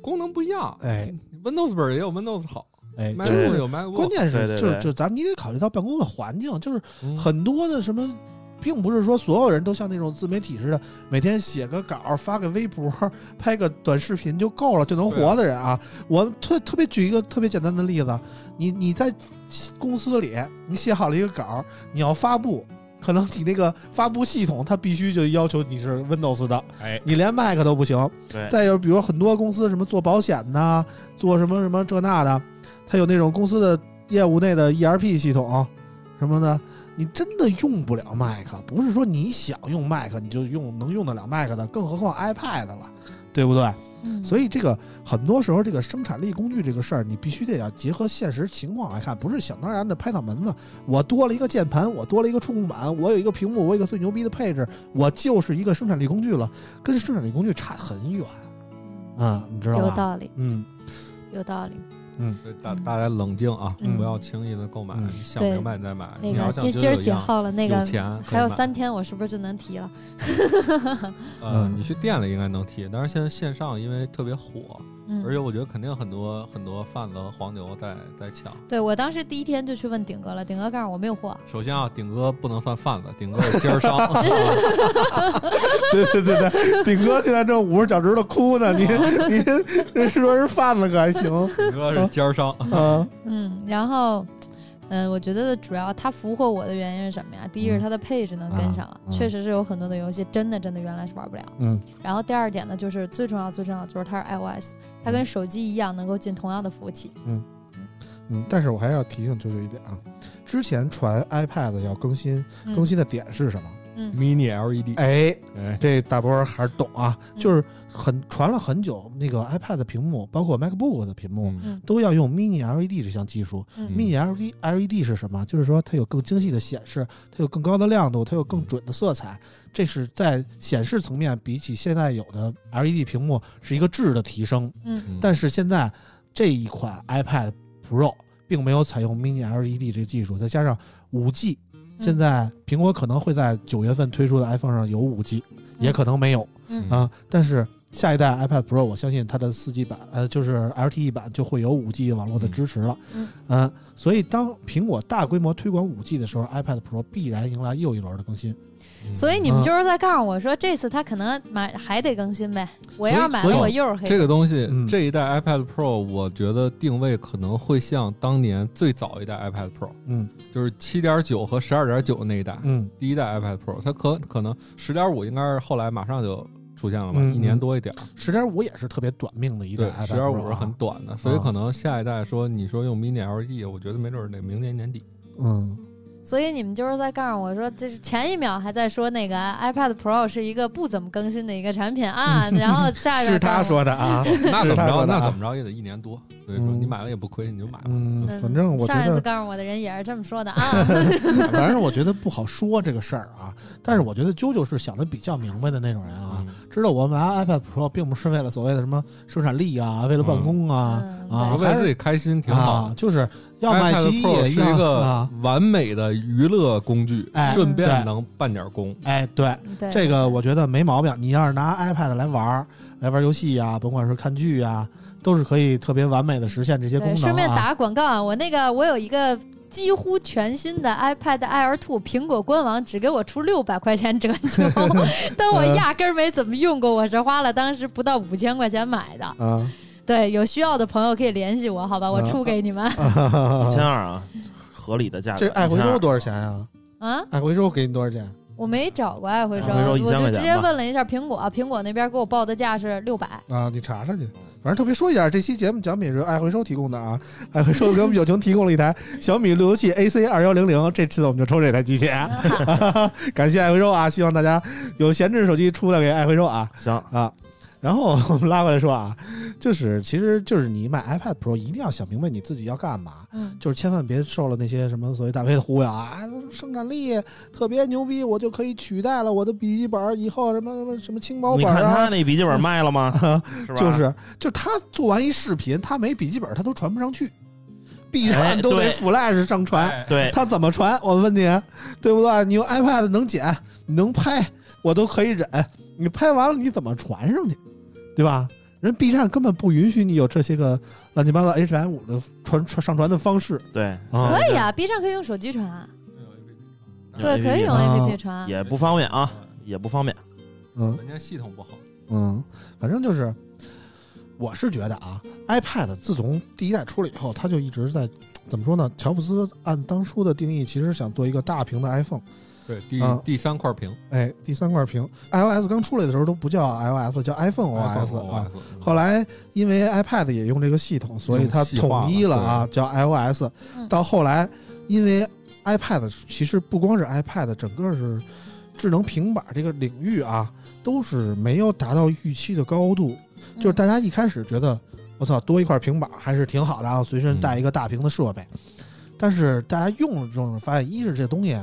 功能不一样，
哎
，Windows 本儿也有 Windows 好
哎，
，MacBook 有 MacBook
关键是
对对
就
对
就咱们你得考虑到办公的环境，就是
嗯
很多的什么。并不是说所有人都像那种自媒体似的，每天写个稿、发个微博、拍个短视频就够了，就能活的人啊。我特特别举一个特别简单的例子，你你在公司里，你写好了一个稿，你要发布，可能你那个发布系统它必须就要求你是 Windows 的，
哎，
你连 Mac 都不行，
对，
再有，比如很多公司什么做保险呐、做什么什么这那的，它有那种公司的业务内的 ERP 系统什么的，你真的用不了 Mac，不是说你想用 Mac 你就用能用得了 Mac 的，更何况 iPad 了，对不对？
嗯
所以这个很多时候这个生产力工具这个事儿，你必须得要结合现实情况来看，不是想当然的拍脑门子。我多了一个键盘，我多了一个触控板，我有一个屏幕，我有一个最牛逼的配置，我就是一个生产力工具了，跟生产力工具差很远。啊，你知道
嗯有
吧？
道理，
嗯，
有道理。
对大大家冷静啊，
嗯
不要轻易的购买，
嗯
你想明白你再买。
那
你要
个
想
今
觉
今
得
儿
有
几
样
号了？那
有
个
钱
还有
可以买
三天，我是不是就能提了？
呃，
嗯
你去店里应该能提，但是现在线上因为特别火，
嗯，
而且我觉得肯定很多很多贩子和黄牛在在抢。
对我当时第一天就去问顶哥了，顶哥告诉我没有货。
首先啊，顶哥不能算贩子，顶哥是奸 商。
对对对对，顶哥现在正捂着脚趾头哭 呢，您您说是贩子可还行
顶哥是奸商。
啊？
嗯，然后，嗯，我觉得主要它俘获我的原因是什么呀？第一
嗯
是它的配置能跟上了，
嗯啊
确实是有很多的游戏真的真的原来是玩不了。
嗯
然后第二点呢，就是最重要最重要就是它是 iOS，它
嗯
跟手机一样能够进同样的服务器。
嗯，但是我还要提醒舅舅一点啊，之前传 iPad 要更新，
嗯
更新的点是什么？
嗯
Mini LED，
哎，
哎，
这大波儿还是懂啊，
嗯
就是很传了很久，那个 iPad 的屏幕，包括 MacBook 的屏幕，
嗯
都要用 Mini LED 这项技术。
嗯
Mini E LED LED 是什么？就是说它有更精细的显示，它有更高的亮度，它有
嗯
更准的色彩。这是在显示层面比起现在有的 LED 屏幕是一个质的提升。
嗯
但是现在这一款 iPad Pro 并没有采用 Mini LED 这个技术，再加上5 G，现在苹嗯果可能会在九月份推出的 iPhone 上有5 G，也可能没有
嗯
啊。但是下一代 iPad Pro，我相信它的四 G 版，呃，就是 LTE 版就会有五 G 网络的支持了。
嗯
嗯、所以当苹果大规模推广五 G 的时候，iPad Pro 必然迎来又一轮的更新。
所以你
啊
们
嗯
就是在告诉我说，这次他可能买还得更新呗。我要是买
所以
了，我又是黑。
这个东西
嗯，
这一代 iPad Pro，我觉得定位可能会像当年最早一代 iPad Pro，
嗯
就是七点九和十二点九那一代，
嗯
第一代 iPad Pro，它可可能十点五应该是后来马上就出现了吧，
嗯
一年多一点儿。
十点五也是特别短命的一代
对，
iPad
十
Pro
点
啊、
五是很短的，所以可能下一代说你说用 Mini LED，我觉得没准儿得明年年底。
嗯，
所以你们就是在告诉我说，这是前一秒还在说那个 iPad Pro 是一个不怎么更新的一个产 品啊，然后下一个
是他说的啊。
那怎么
他说
着？
的啊
那怎么着也得一年多，所以说
嗯
你买了也不亏，你就买吧。
嗯，
嗯
反正我觉
上一次
得，
告诉我的人也是这么说的啊。
反 正我觉得不好说这个事儿啊。但是我觉得啾啾是想的比较明白的那种人啊，
嗯
知道我买 iPad Pro 并不是为了所谓的什么生产力啊，为了办公 啊、
嗯
啊，
为
还
自
是
己开心挺好
啊
的。，
就是要买
iPad
洗衣
Pro
液
是一个
啊，
完美的娱乐工具，
哎
顺便
对
能办点工。
哎，对，
嗯对，
这个我觉得没毛病。你要是拿 iPad 来玩儿，来玩游戏呀、甭管是看剧呀、都是可以特别完美的实现这些功
对，
能、啊。
顺便打个广告啊，我那个我有一个几乎全新的 iPad Air 2，苹果官网只给我出六百块钱折 旧，但我压根儿没怎么用过，我是花了当时不到五千块钱买的。
啊，
对，有需要的朋友可以联系我，好吧，我
嗯
出给你们
一千二啊，合理的价格。
这爱回收
1200
多少钱呀、
啊。
爱回收给你多少钱？啊
我没找过爱回收，
爱回收1000块
我就
钱
直接
吧
问了一下苹果，苹果那边给我报的价是六百。
啊，你查查去。反正特别说一下，这期节目奖品是爱回收提供的啊，爱回收给我们友情提供了一台 小米路由器 AC 二幺零零，这次我们就抽这台机器，啊感谢爱回收啊！希望大家有闲置手机出来给爱回收啊。
行，
啊。然后 我们拉回来说啊，就是其实就是你买 iPad Pro 一定要想明白你自己要干嘛，
嗯，
就是千万别受了那些什么所谓大 V 的忽悠啊，啊生产力特别牛逼，我就可以取代了我的笔记本，以后什么什么什么轻薄
你
本
看他
啊，
那笔记本卖 了吗？是吧？
就是就是他做完一视频，他没笔记本他都传不上去，B
哎
站都得
对
Flash 上传，
哎
对，
他怎么传？我问你，对不对？你用 iPad 能剪，你能拍，我都可以忍。你拍完了你怎么传上去？对吧？人 B 站根本不允许你有这些个乱七八糟 HTML 五的传传上传的方式
对，
啊
可以啊，B 站可以用手机传啊，对，
APP
可以用
啊
APP 传啊。
也不方便啊，也不方便。
嗯
人家系统不好，
嗯，反正就是，我是觉得啊，iPad 自从第一代出了以后，它就一直在怎么说呢？乔布斯按当初的定义，其实想做一个大屏的 iPhone。
对第
啊
第三块屏
哎，第三块屏，iOS 刚出来的时候都不叫 iOS，叫 iPhone OS 啊。
OS，
后来因为 iPad 也用这个系统，所以它统一了啊，叫 iOS
嗯。
到后来，因为 iPad 其实不光是 iPad，整个是智能平板这个领域啊，都是没有达到预期的高度。就
嗯
是大家一开始觉得，我操，多一块平板还是挺好的啊，随身带一个大屏的设备。但是大家用了之后发现，一是这东西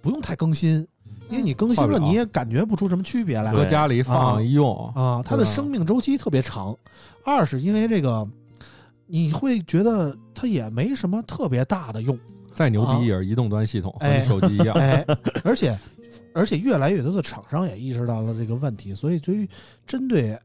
不用太更新，因为你更新
换不
了
了
你也感觉不出什么区别来。
搁家里
啊
放一用，
啊，它的
对吧
生命周期特别长。二是因为这个，你会觉得它也没什么特别大的用，
再牛
啊
逼也是移动端系统，和
哎
你手机一样。
哎，而且而且越来越多的厂商也意识到了这个问题，所以对于针对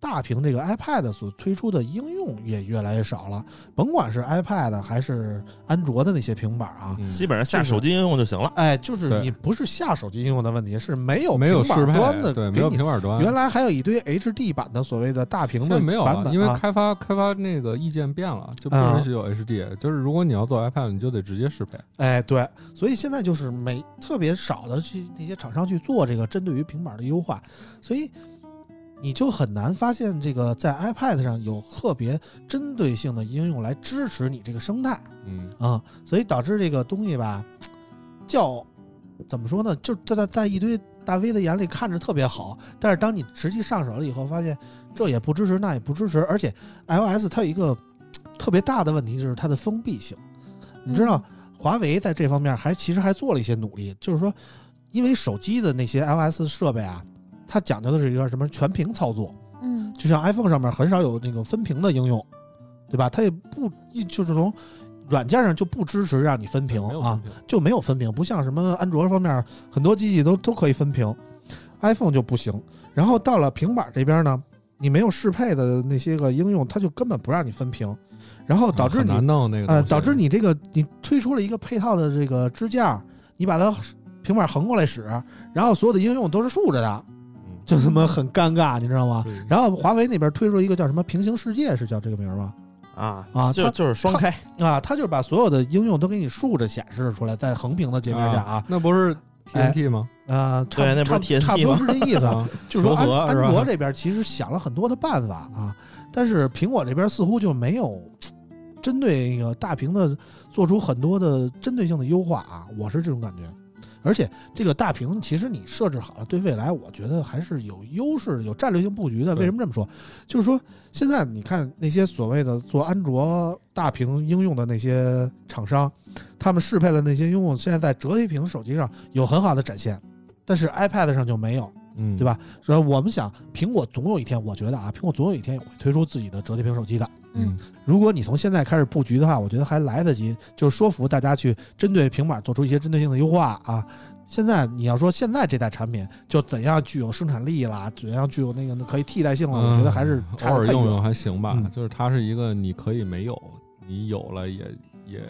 大屏这个 iPad 所推出的应用也越来越少了，甭管是 iPad 还是安卓的那些平板啊。
嗯
基本上下
就是
手机应用就行了。
哎，就是
对
你不是下手机应用的问题，是没有
没有
平
适
板
配
端的，
对，
给
没有
你
平板端，
原来还有一堆 HD 版的所谓的大屏
现
的
在没有
版
了，
本，
因为
啊、
开发开发那个意见变了，就不
啊
允许有 HD。就是如果你要做 iPad，你就得直接适配。
哎，对，所以现在就是没特别少的去那些厂商去做这个针对于平板的优化，所以你就很难发现这个在 iPad 上有特别针对性的应用来支持你这个生态
嗯，
啊、所以导致这个东西吧，叫怎么说呢，就在在在一堆大 V 的眼里看着特别好，但是当你实际上手了以后，发现这也不支持，那也不支持，而且 iOS 它有一个特别大的问题就是它的封闭性，你知
嗯
道。华为在这方面还其实还做了一些努力，就是说，因为手机的那些 iOS 设备啊，它讲究的是一个什么全屏操作，
嗯，
就像 iPhone 上面很少有那个分屏的应用，对吧？它也不一就是从软件上就不支持让你分屏
没有
啊
分，屏
就没有分屏，不像什么安卓方面很多机器都都可以分屏。 iPhone 就不行。然后到了平板这边呢，你没有适配的那些个应用，它就根本不让你分屏，然后导致
很
你
难弄那个东
呃，
西，
导致你这个你推出了一个配套的这个支架，你把它平板横过来使，然后所有的应用都是竖着的，就他妈很尴尬，你知道吗？
嗯对
啊然后华为那边推出一个叫什么“平行世界”，是叫这个名儿吗？
啊
啊
就
它
就是双开，
啊，它就是把所有的应用都给你竖着显示出来，在横屏的界面下啊，
那不是
哎
TNT 吗？
呃，差
对那不是
差
TNT
差不多是这意思啊，
啊，
就是说
求和
安
是吧
安卓这边其实想了很多的办法啊，但是苹果这边似乎就没有针对那个大屏的做出很多的针对性的优化啊，我是这种感觉。而且这个大屏其实你设置好了，对未来我觉得还是有优势、有战略性布局的。
对
为什么这么说？就是说现在你看那些所谓的做安卓大屏应用的那些厂商，他们适配的那些应用，现在在折叠屏手机上有很好的展现，但是 iPad 上就没有。
嗯，
对吧所以我们想，苹果总有一天，我觉得啊，苹果总有一天也会推出自己的折叠屏手机的。
嗯？
如果你从现在开始布局的话，我觉得还来得及，就是说服大家去针对平板做出一些针对性的优化啊。现在你要说现在这代产品就怎样具有生产力啦，怎样具有那个可以替代性了，
嗯
我觉得还是
偶
差得
尔
太
用
远
用还行吧
嗯，
就是它是一个你可以没有，你有了也也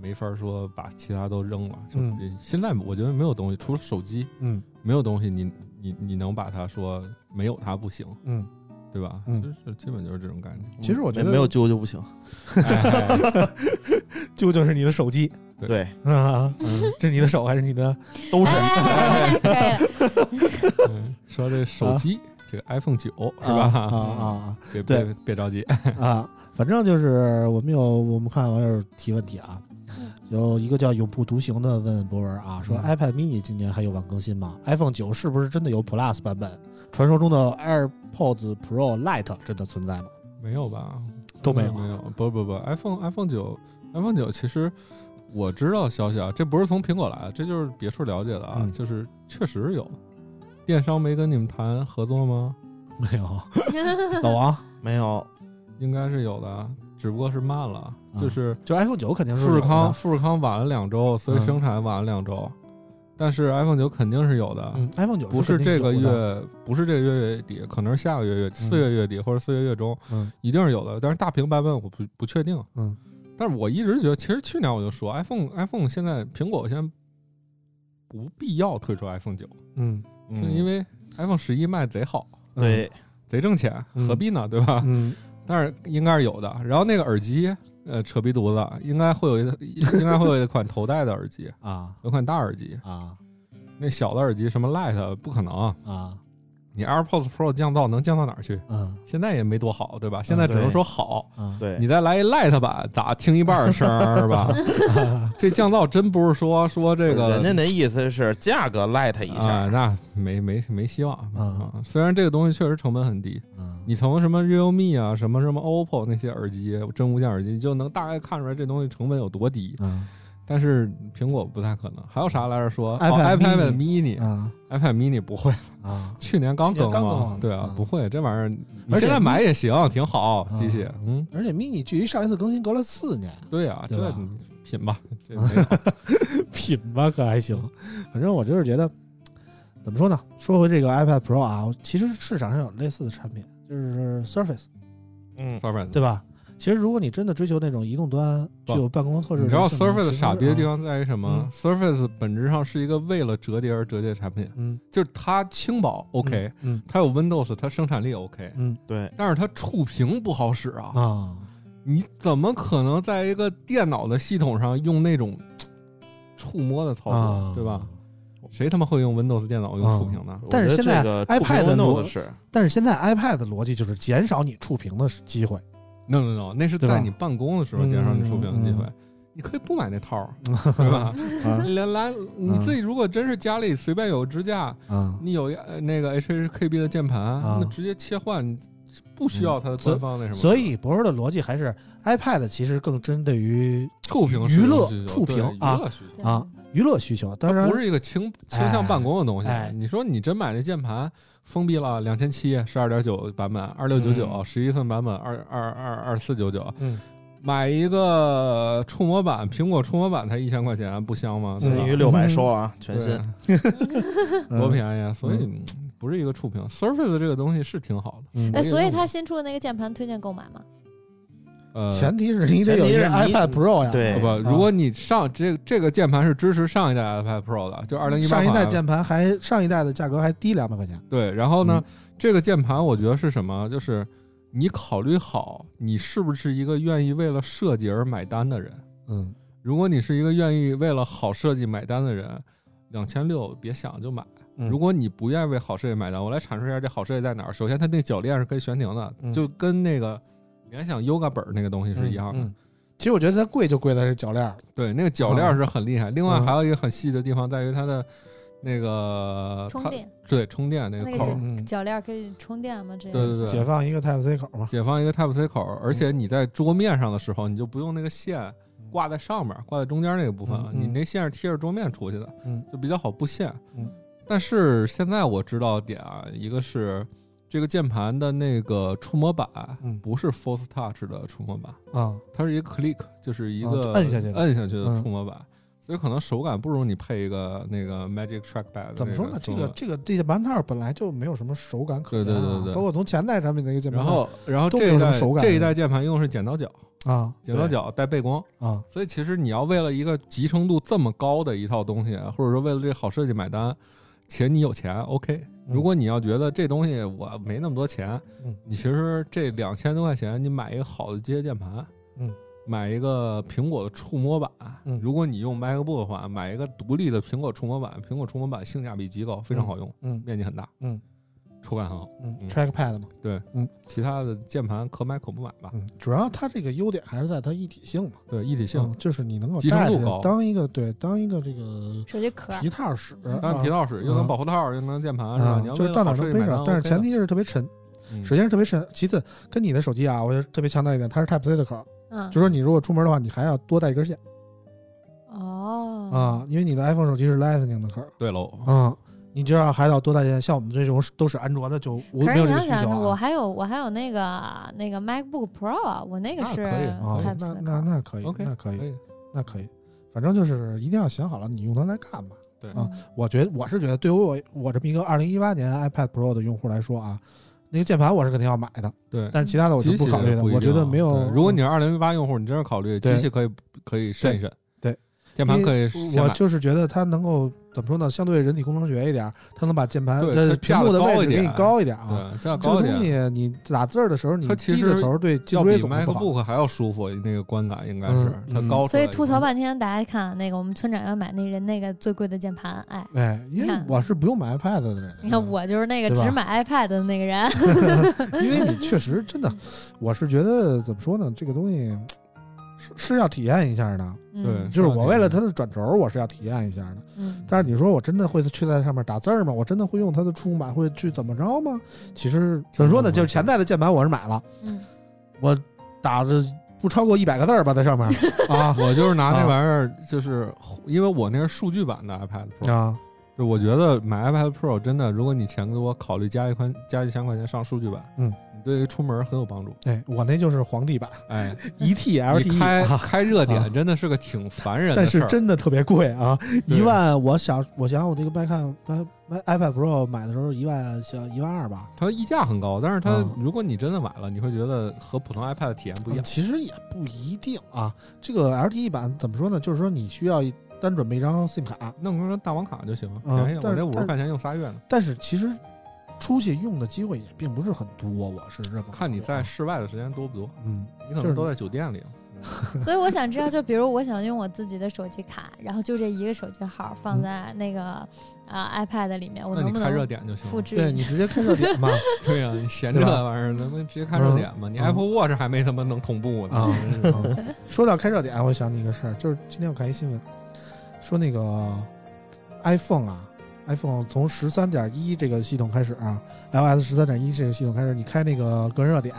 没法说把其他都扔了。就
嗯
是现在我觉得没有东西，除了手机，
嗯
没有东西你你你能把它说没有它不行，
嗯，
对吧？
嗯
就是基本就是这种概 念。
其实我觉得
没没有揪就不行。
哎
究竟是你的手机
对
对，
啊，
嗯
这是你的手还是你的？
都是
哎哎哎哎哎可以了，
嗯说这手机，这个 iPhone 九是
啊
吧？
啊啊
别
对
别别着急，
啊 啊！反正就是我们有我们看网友提问题啊，有一个叫永不独行的问博文啊，说
嗯
iPad mini 今年还有晚更新吗？iPhone 九是不是真的有 Plus 版本？传说中的 AirPods Pro Lite 真的存在吗？
没有吧？
都没有
没有，不不不，iPhone iPhone 九 iPhone 九其实我知道消息啊，这不是从苹果来的，这就是别处了解的啊，
嗯
就是确实有。电商没跟你们谈合作吗？
没有， 老王
没有，
应该是有的，只不过是慢了，
嗯
就是
就 iPhone 九肯定是
富士
有
康
的，啊
富士康晚了两周，所以
嗯
生产晚了两周，但是 iPhone 九肯定是有的。
嗯，iPhone 九
不
是
是
肯定
这个
有的，
月，不是这个月月底，可能是下个月月四月月底或者四月月中，
嗯
一定是有的。但是大屏版本我不不确定，
嗯，
但是我一直觉得，其实去年我就说，iPhone iPhone 现在苹果现在不必要推出 iPhone 九，
嗯，
嗯
是因为 iPhone 十一卖贼好，
嗯，
对
贼挣钱，
嗯
何必呢？对吧？
嗯
但是应该是有的。然后那个耳机，呃，扯鼻犊子，应该会有一应该会有一款头戴的耳机，
啊
有款大耳机。
啊
那小的耳机什么 Lite 不可能，
啊
你 AirPods Pro 降噪能降到哪儿去？
嗯
现在也没多好，对吧？现在只能
对
说好。
啊，
对，
你再来一 Lite 版，咋听一半儿声儿 是吧？这降噪真不是说说这个
人家那意思是价格 light 一
啊
下，
那没没没希望
啊
啊。虽然这个东西确实成本很低，
嗯
你从什么 realme 啊、什么什么 oppo 那些耳机、真无线耳机，就能大概看出来这东西成本有多低。
嗯
但是苹果不太可能。还有啥来着说哦
iPad
iPad
mini
mini，iPad
啊
mini 不会，
啊，
去年刚
去年
更
刚更
嘛
了？
对啊
嗯，
不会，这玩意儿你
而且
现在买也行，挺好，
嗯
机器，嗯，
而且 mini 距离上一次更新隔了四年。
对啊，
对
这
吧
你品吧，这没有
品吧，可还行。反正我就是觉得，怎么说呢？说回这个 iPad Pro 啊，其实市场上有类似的产品，就是 Surface，
嗯，
Surface
对吧？其实如果你真的追求那种移动端具
不
有办公特质
你
的
知道
性能，
Surface
其实
傻逼的地
啊，
方在于什么
嗯
？Surface 本质上是一个为了折叠而折叠的产品，
嗯
就是它轻薄 OK，
嗯
它有 Windows，它生产力 OK，
嗯
对，
但是它触屏不好使啊！
啊，
你怎么可能在一个电脑的系统上用那种嘖触摸的操作，
啊
对吧？？谁他妈会用 Windows 电脑用触屏呢？
但是现在 iPad 的逻
Note 是
但是现在 iPad 的逻辑就是减少你触屏的机 会，
no no no，那是
对吧
在你办公的时候
嗯
减少你触屏的机会
嗯。
你可以不买那套 儿，对吧？
啊嗯
连来你自己如果真是家里随便有个支架，
啊，
你有一呃那个 HHKB 的键盘，
啊嗯
那直接切换，你不需要它的官 方那什么。
所以博士的逻辑还是 iPad 其实更针对于
触屏
娱乐
使用需求
触屏
对
啊
娱乐需求
对
啊娱乐需求，当然
不是一个倾倾向办公的东西。
哎哎
你说你真买那键盘，封闭了两千七十二点九版本，二六九九
嗯
十一寸版本，二二二二四九九，
嗯
买一个触摸板，苹果触摸板才一千块
嗯
钱，不香吗？对吧
闲鱼六百收了啊，全
对
新，
呃
多便宜啊！所以嗯不是一个触屏。Surface 这个东西是挺好的，
嗯
哎，所以它新出的那个键盘推荐购买吗？
呃，
前啊提是你得有一个
前提是你
iPad Pro 呀，嗯
对
呃不，如果你上这这个键盘是支持上一代 iPad Pro 的，就二零一
嗯
八
上一代键盘还上一代的价格还低两百块钱，
对，然后
嗯
呢，这个键盘我觉得是什么？就是你考虑好你是不是一个愿意为了设计而买单的人。
嗯，
如果你是一个愿意为了好设计买单的人，两千六别想就买。
嗯
如果你不愿意为好设计买单，我来阐述一下这好设计在哪儿。首先，它那铰链是可以悬停的，
嗯
就跟那个联想 Yoga 本儿那个东西是一样的。
嗯嗯其实我觉得它贵就贵在这铰链儿，
对，那个铰链是很厉害。另外
嗯
还有一个很细的地方在于它的那个
充
它
电
对充电那
那
个
个
口
铰
儿，
嗯
铰链可以充电吗？这
对对
样
对，
解放一个 Type C 口嘛，
解放一个 Type C 口儿，而且
嗯
你在桌面上的时候，你就不用那个线挂在上面，挂在中间那个部分了，
嗯嗯
你那线是贴着桌面出去的，
嗯
就比较好布线。
嗯
但是现在我知道的点啊，一个是这个键盘的那个触摸板
嗯
不是 Force Touch 的触摸板，
啊，
它是一个 click，就是一个
哦摁下去的
摁下去的
嗯
触摸板，所以可能手感不如你配一个那个 Magic Trackpad。
怎么说呢？这个？这个这键盘套本来就没有什么手感可言
对对对
啊
对，对
包括从前代产品的一个键盘
然
套
后，然后
都没
这
有
一
什么
代
手感
这一代键盘用的是剪刀脚，
啊
剪刀脚带背光，
啊，
所以其实你要为了一个集成度这么高的一套东西，或者说为了这好设计买单，且你有钱，OK。如果你要觉得这东西我没那么多钱，
嗯
你其实这两千多块钱，你买一个好的机械键盘，
嗯，
买一个苹果的触摸板，
嗯
如果你用 MacBook 的话，买一个独立的苹果触摸板，苹果触摸板性价比极高，非常好用，
嗯
面积很大，
嗯，
触感很好。
嗯，Trackpad 嘛，
其他的键盘可买可不买吧，
嗯，主要它这个优点还是在它一体性嘛，
对，一体性。
嗯，就是你能够
集成
带
度
着
高
当一个对当一个这个
手机壳儿
皮套使，
当皮
套
套使，又能
嗯
保护套，又能键盘，是吧？
啊
你要，
就是
为了
到哪
好
儿
设
能
计
背
买
上，
单
但是
OK
前
的
提是特别沉，
嗯
首先是特别沉，其次跟你的手机啊，我就特别强调一点，它是 Type C 的口儿，
嗯
就说你如果出门的话，你还要多带一根线
哦
啊，因为你的 iPhone 手机是 Lightning 的口儿
对喽，
啊，你就要还要多带线，像我们这种都是安卓的就无
可
没
是
有
你
这
要
个需
想，
求
我
啊，
还有我还有那个那个 MacBook Pro 啊，我那个
那
是
可以
啊
Type，
那
C
那
口
那可以，
OK，
那可以
可，以，
那可以，反正就是一定要想好了，你用它来干嘛。
对
啊我觉得我是觉得，对于我我这么一个二零一八年 iPad Pro 的用户来说啊，那个键盘我是肯定要买的，
对。
但是其他的我就
机器
哦不考虑了。
不一定啊
我觉得没有嗯
对，如果你是二零一八用户，你真是考虑
对
机器可以可以慎一慎，
对，
键盘可以
因为
先
我
买，
就是觉得它能够怎么说呢？相对人体工程学一点儿，它能把键盘
对
的
它
屏
架得
幕的
高
位
一
置给你
点
高一点啊。
对，这样
这
高
个
一
东
点，
西你打字儿的时候，你
它其
低着
实
头对颈
要比
椎总是不好。
MacBook 还要舒服，那个观感应该是
嗯
它
嗯
高出来一点。
所以吐槽半天，大家看那个我们村长要买那人那个最贵的键盘，哎，
哎，因
你
为
看
我是不用买 iPad 的人，
你看我就是那个
嗯对吧
只买 iPad 的那个 人，
因为你确实 真的，我是觉得怎么说呢？这个东西是是要体验一下的，
嗯
就是我为了它的转轴，我是要体验一下的。
嗯，
但是你说我真的会去在上面打字儿吗？我真的会用它的触摸板会去怎么着吗？其实怎么说呢，就是前代的键盘我是买了，
嗯
我打着不超过一百个字儿吧，在上面 啊
我就是拿
啊
那玩意儿，就是因为我那是数据版的 iPad Pro，
啊，
就我觉得买 iPad Pro 真的，如果你钱多，考虑加一块加一千块钱上数据版，
嗯，
你对于出门很有帮助。
哎，我那就是皇帝版
哎，
一 T
你
LTE，
开
啊
开热
啊
点真的是个挺烦人
但
的事
是
儿，
真的特别贵啊，
对
一万，我想我想想我这个 iPad 买 iPad Pro 买的时候一万小一万二吧，
它溢价很高，但是它
嗯
如果你真的买了，你会觉得和普通 iPad 的体验不一
嗯
样。
其实也不一定啊。这个 LTE 版怎么说呢？就是说你需要一单准备一张 SIM 卡，
弄成大网卡就行，
嗯
便宜，
但是
我这五十块钱用仨月呢。
但是其实出去用的机会也并不是很多，我是这么
看你在
感觉
室外的时间多不多，
啊嗯
你
就
可
是
能都在酒店里。
所以我想知道，就比如我想用我自己的手机卡，然后就这一个手机号
嗯
放在那个啊 iPad 里面，我
那
能
你
不
开热
能
点就行
复
了。
制
对
一
你
下？
直接开热点 嘛
对呀，你闲着
对吧
那玩意儿，咱们直接开热点嘛。你
嗯
Apple Watch 还没他妈能同步呢
啊。。嗯说到开热点，我想起一个事儿，就是今天我看一新闻，说那个 iPhone 啊，iPhone 从十三点一这个系统开始啊，iOS 十三点一这个系统开始，你开那个个人热点，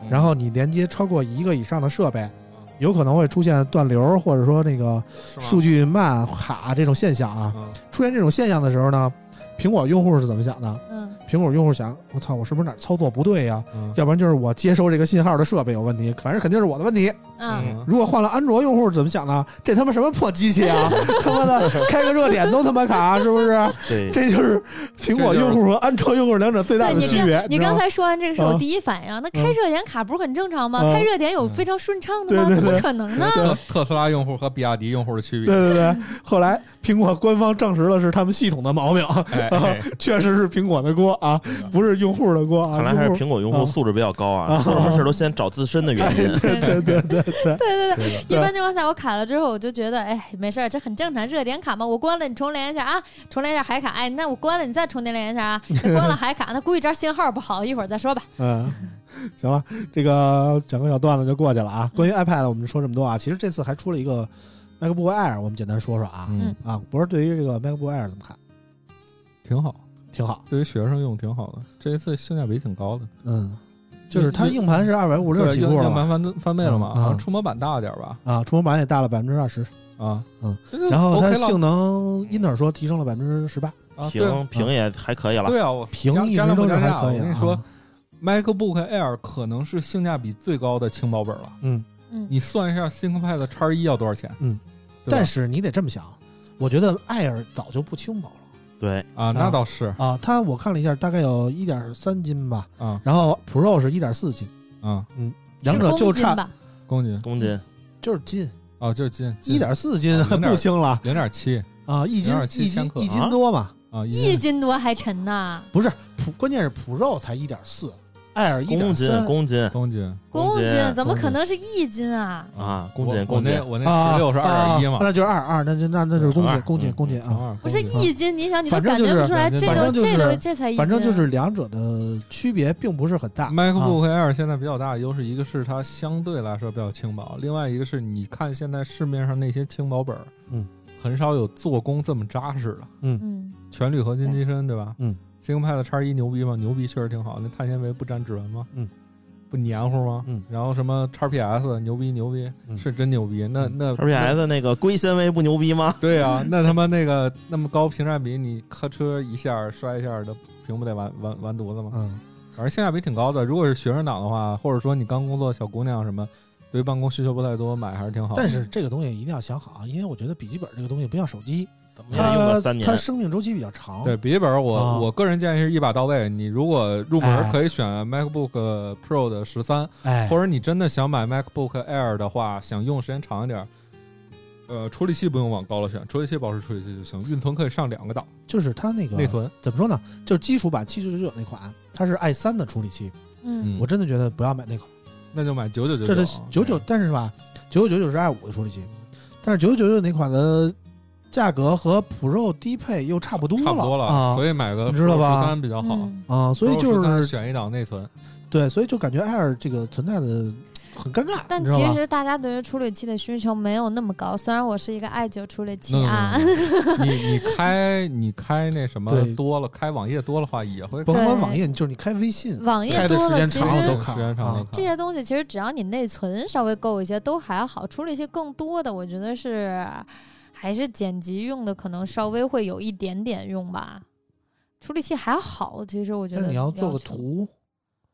嗯
然后你连接超过一个以上的设备，有可能会出现断流或者说那个
是吧
数据慢卡这种现象啊。
嗯
出现这种现象的时候呢，苹果用户是怎么想的？
嗯
苹果用户想，我操，我是不是哪儿操作不对呀？
嗯
要不然就是我接收这个信号的设备有问题，反正肯定是我的问题。
嗯，
嗯
如果换了安卓用户怎么想呢？这他妈什么破机器啊！ 他妈的开个热点都他妈卡，啊是不是？
对，
这就是苹果用户和安卓用户两者最大
对
的
你
区别
刚。你刚
知道吗
才说完这个是
啊
我第一反应，那开热点卡不是很正常吗？
啊
开热点有非常顺畅的
对
吗？
对
怎
对
么可能呢？
特特斯拉用户和比亚迪用户的 区别，
对对对，后来苹果官方证实了是他们系统的毛病，
哎哎
确实是苹果的锅啊，不是用户的锅啊。
看来还是
用户
苹果用
啊
户素质比较高啊，
啊
做什么事儿都先找自身的原因。
对对对对对，
对对对，
对
一般情况下我卡了之后，我就觉得哎没事儿，这很正常，热点卡嘛，我关了你重连一下啊，重连一下还卡，哎那我关了你再重新连一下啊， 那关了还卡，那估计这儿信号不好，一会儿再说吧。
嗯，行了，这个讲个小段子就过去了
嗯
啊。关于 iPad 我们说这么多啊，其实这次还出了一个 MacBook Air，我们简单说说啊、
嗯，
啊，博士对于这个 MacBook Air 怎么看？
挺好，
挺好，
对于学生用挺好的，这一次性价比挺高的，
嗯，就是它
硬
硬盘是二百五十六
对
起
硬
步了
硬
嘛
盘翻翻倍了嘛，
嗯嗯
好像触摸板大点儿吧，
啊，触摸板也大了百分之二十，
啊，
嗯
这就
然后它
OK 了
性能因此说提升了百分之十八，
啊，对
屏屏也还可以了，
对啊，我
屏
加
一
加
直
量
都
不
是
加
还
价，
可
我
以、啊。
跟你说，MacBook Air 可能是性价比最高的轻薄本了。
嗯，
嗯，
你算一下 ThinkPad 叉一要多少钱？
嗯
对吧，
但是你得这么想，我觉得 Air 早就不轻薄了
对，
啊，那倒是
啊，它我看了一下，大概有一点三斤吧，
啊
然后 Pro 是一点四斤，
啊，
两者就
公斤
差
吧，
公斤
公斤
就是斤，
啊，就是斤
一点四斤
啊
还不轻了
零点七
啊，一斤
0.7
一
相
斤
克
一斤
啊
多嘛，
啊，
一
一
斤多还沉呐，
不是普，关键是 Pro 才一点四，Air 一
公
点
斤
三，
公斤
公斤
公
斤
斤怎么可能是一斤啊？
啊，公
我
斤
我
公斤
那，我那
啊，
十六是二点一
啊
嘛，
那就是二二，那就那那就是公斤
二
公斤
嗯
公斤
乘
啊，
二
不是
公斤
一斤，你想你都
反正
感
就
觉
是
不出来，
反
这
正
个
就是
这个这才一斤啊，
反正就是两者的区别并不是很大。啊
MacBook Air 现在比较大的优势，一个是它相对来说比较轻薄，另外一个是你看现在市面上那些轻薄本儿，
嗯，
很少有做工这么扎实的，
嗯，
全铝合金机身对吧？
嗯
，ThinkPad 叉一牛逼吗？牛逼，确实挺好，那碳纤维不粘指纹吗？
嗯，
不黏糊吗？
嗯，
然后什么叉 PS 牛逼牛逼，
嗯
是真牛逼，那
嗯
那
二 PS 那个硅纤维不牛逼吗？
对啊， 那他妈那个那么高屏占比，你磕车一下摔一下的屏不得完完完犊子吗？
嗯
反正性价比挺高的。如果是学生党的话，或者说你刚工作小姑娘什么，对办公需求不太多，买还是挺好的。
但是这个东西一定要想好啊，因为我觉得笔记本这个东西不像手机，
怎么也用
它
个三年
它，生命周期比较长。
对笔记本我，我、
啊
个人建议是一把到位。你如果入门
哎
可以选 MacBook Pro 的十三、
哎
或，者你真的想买 MacBook Air 的话，想用时间长一点，呃，处理器不用往高了选，处理器保持处理器就行，运存可以上两个档，
就是它那个
内存。
怎么说呢？就是基础版七九九九那款，它是 i 三的处理器，
嗯
嗯
我真的觉得不要买那款，
那就买九九
这
九啊
是
九
九九，但是吧，九九九九是 i 五的处理器，但是九九九九那款的价格和 Pro 低配又差不多了，
差不多了，
啊
所以买个
你知道吧
十三比较好。
嗯
啊，所以就
Pro 13
是
选一档内存，
对，所以就感觉 Air 这个存在的很尴尬，
但
你知道
其
吧
实大家对于处理器的需求没有那么高，虽然我是一个 i 九处理器
嗯
No, no, no,
啊，
no. 嗯你你开你开那什么
对
多了，开网页多的话也会
甭
对嗯
管网页，你就是你开微信，
网页
开的
多
时
了，
间
其
长了
实
都看
时间长
啊
了
这些东西其实只要你内存稍微够一些都还好，处理器更多的我觉得是还是剪辑用的，可能稍微会有一点点用吧。处理器还好，其实我觉
但
得
是你要做个
求
图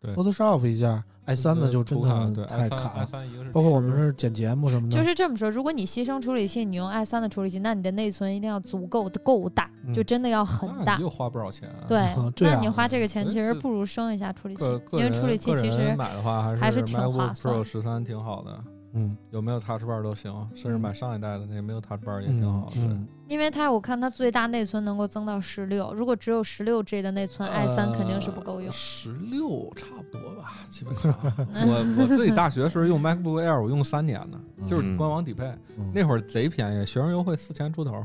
对
，Photoshop 一下，i 哎三的就真的
对
太
i
卡
三 i
了。
三一个是
包括我们
吃
是剪节目什么的，
就是这么说，如果你牺牲处理器，你用 i 三的处理器，那你的内存一定要足够的够大，
嗯
就真的要很
那
大
你。又花不少钱，
对，
啊对啊
那你花这个钱
所以
其实
是
不如升一下处理器
个，个
因为
人
处理器
个
其
人
实
买的话还
还
是
是挺划
MacBook
算
Pro 十三挺好的，
嗯，
有没有 Touch Bar 都行，甚至买上一代的那没有 Touch Bar 也
嗯
挺好的。
嗯
因为它我看它最大内存能够增到十六，如果只有十六 G 的内存，i 三肯定是不够用。
呃十六差不多吧，基本上。我我自己大学时候用 MacBook Air，我用三年呢，就是
嗯
官网底配，
嗯
那会儿贼便宜，学生优惠四千出头。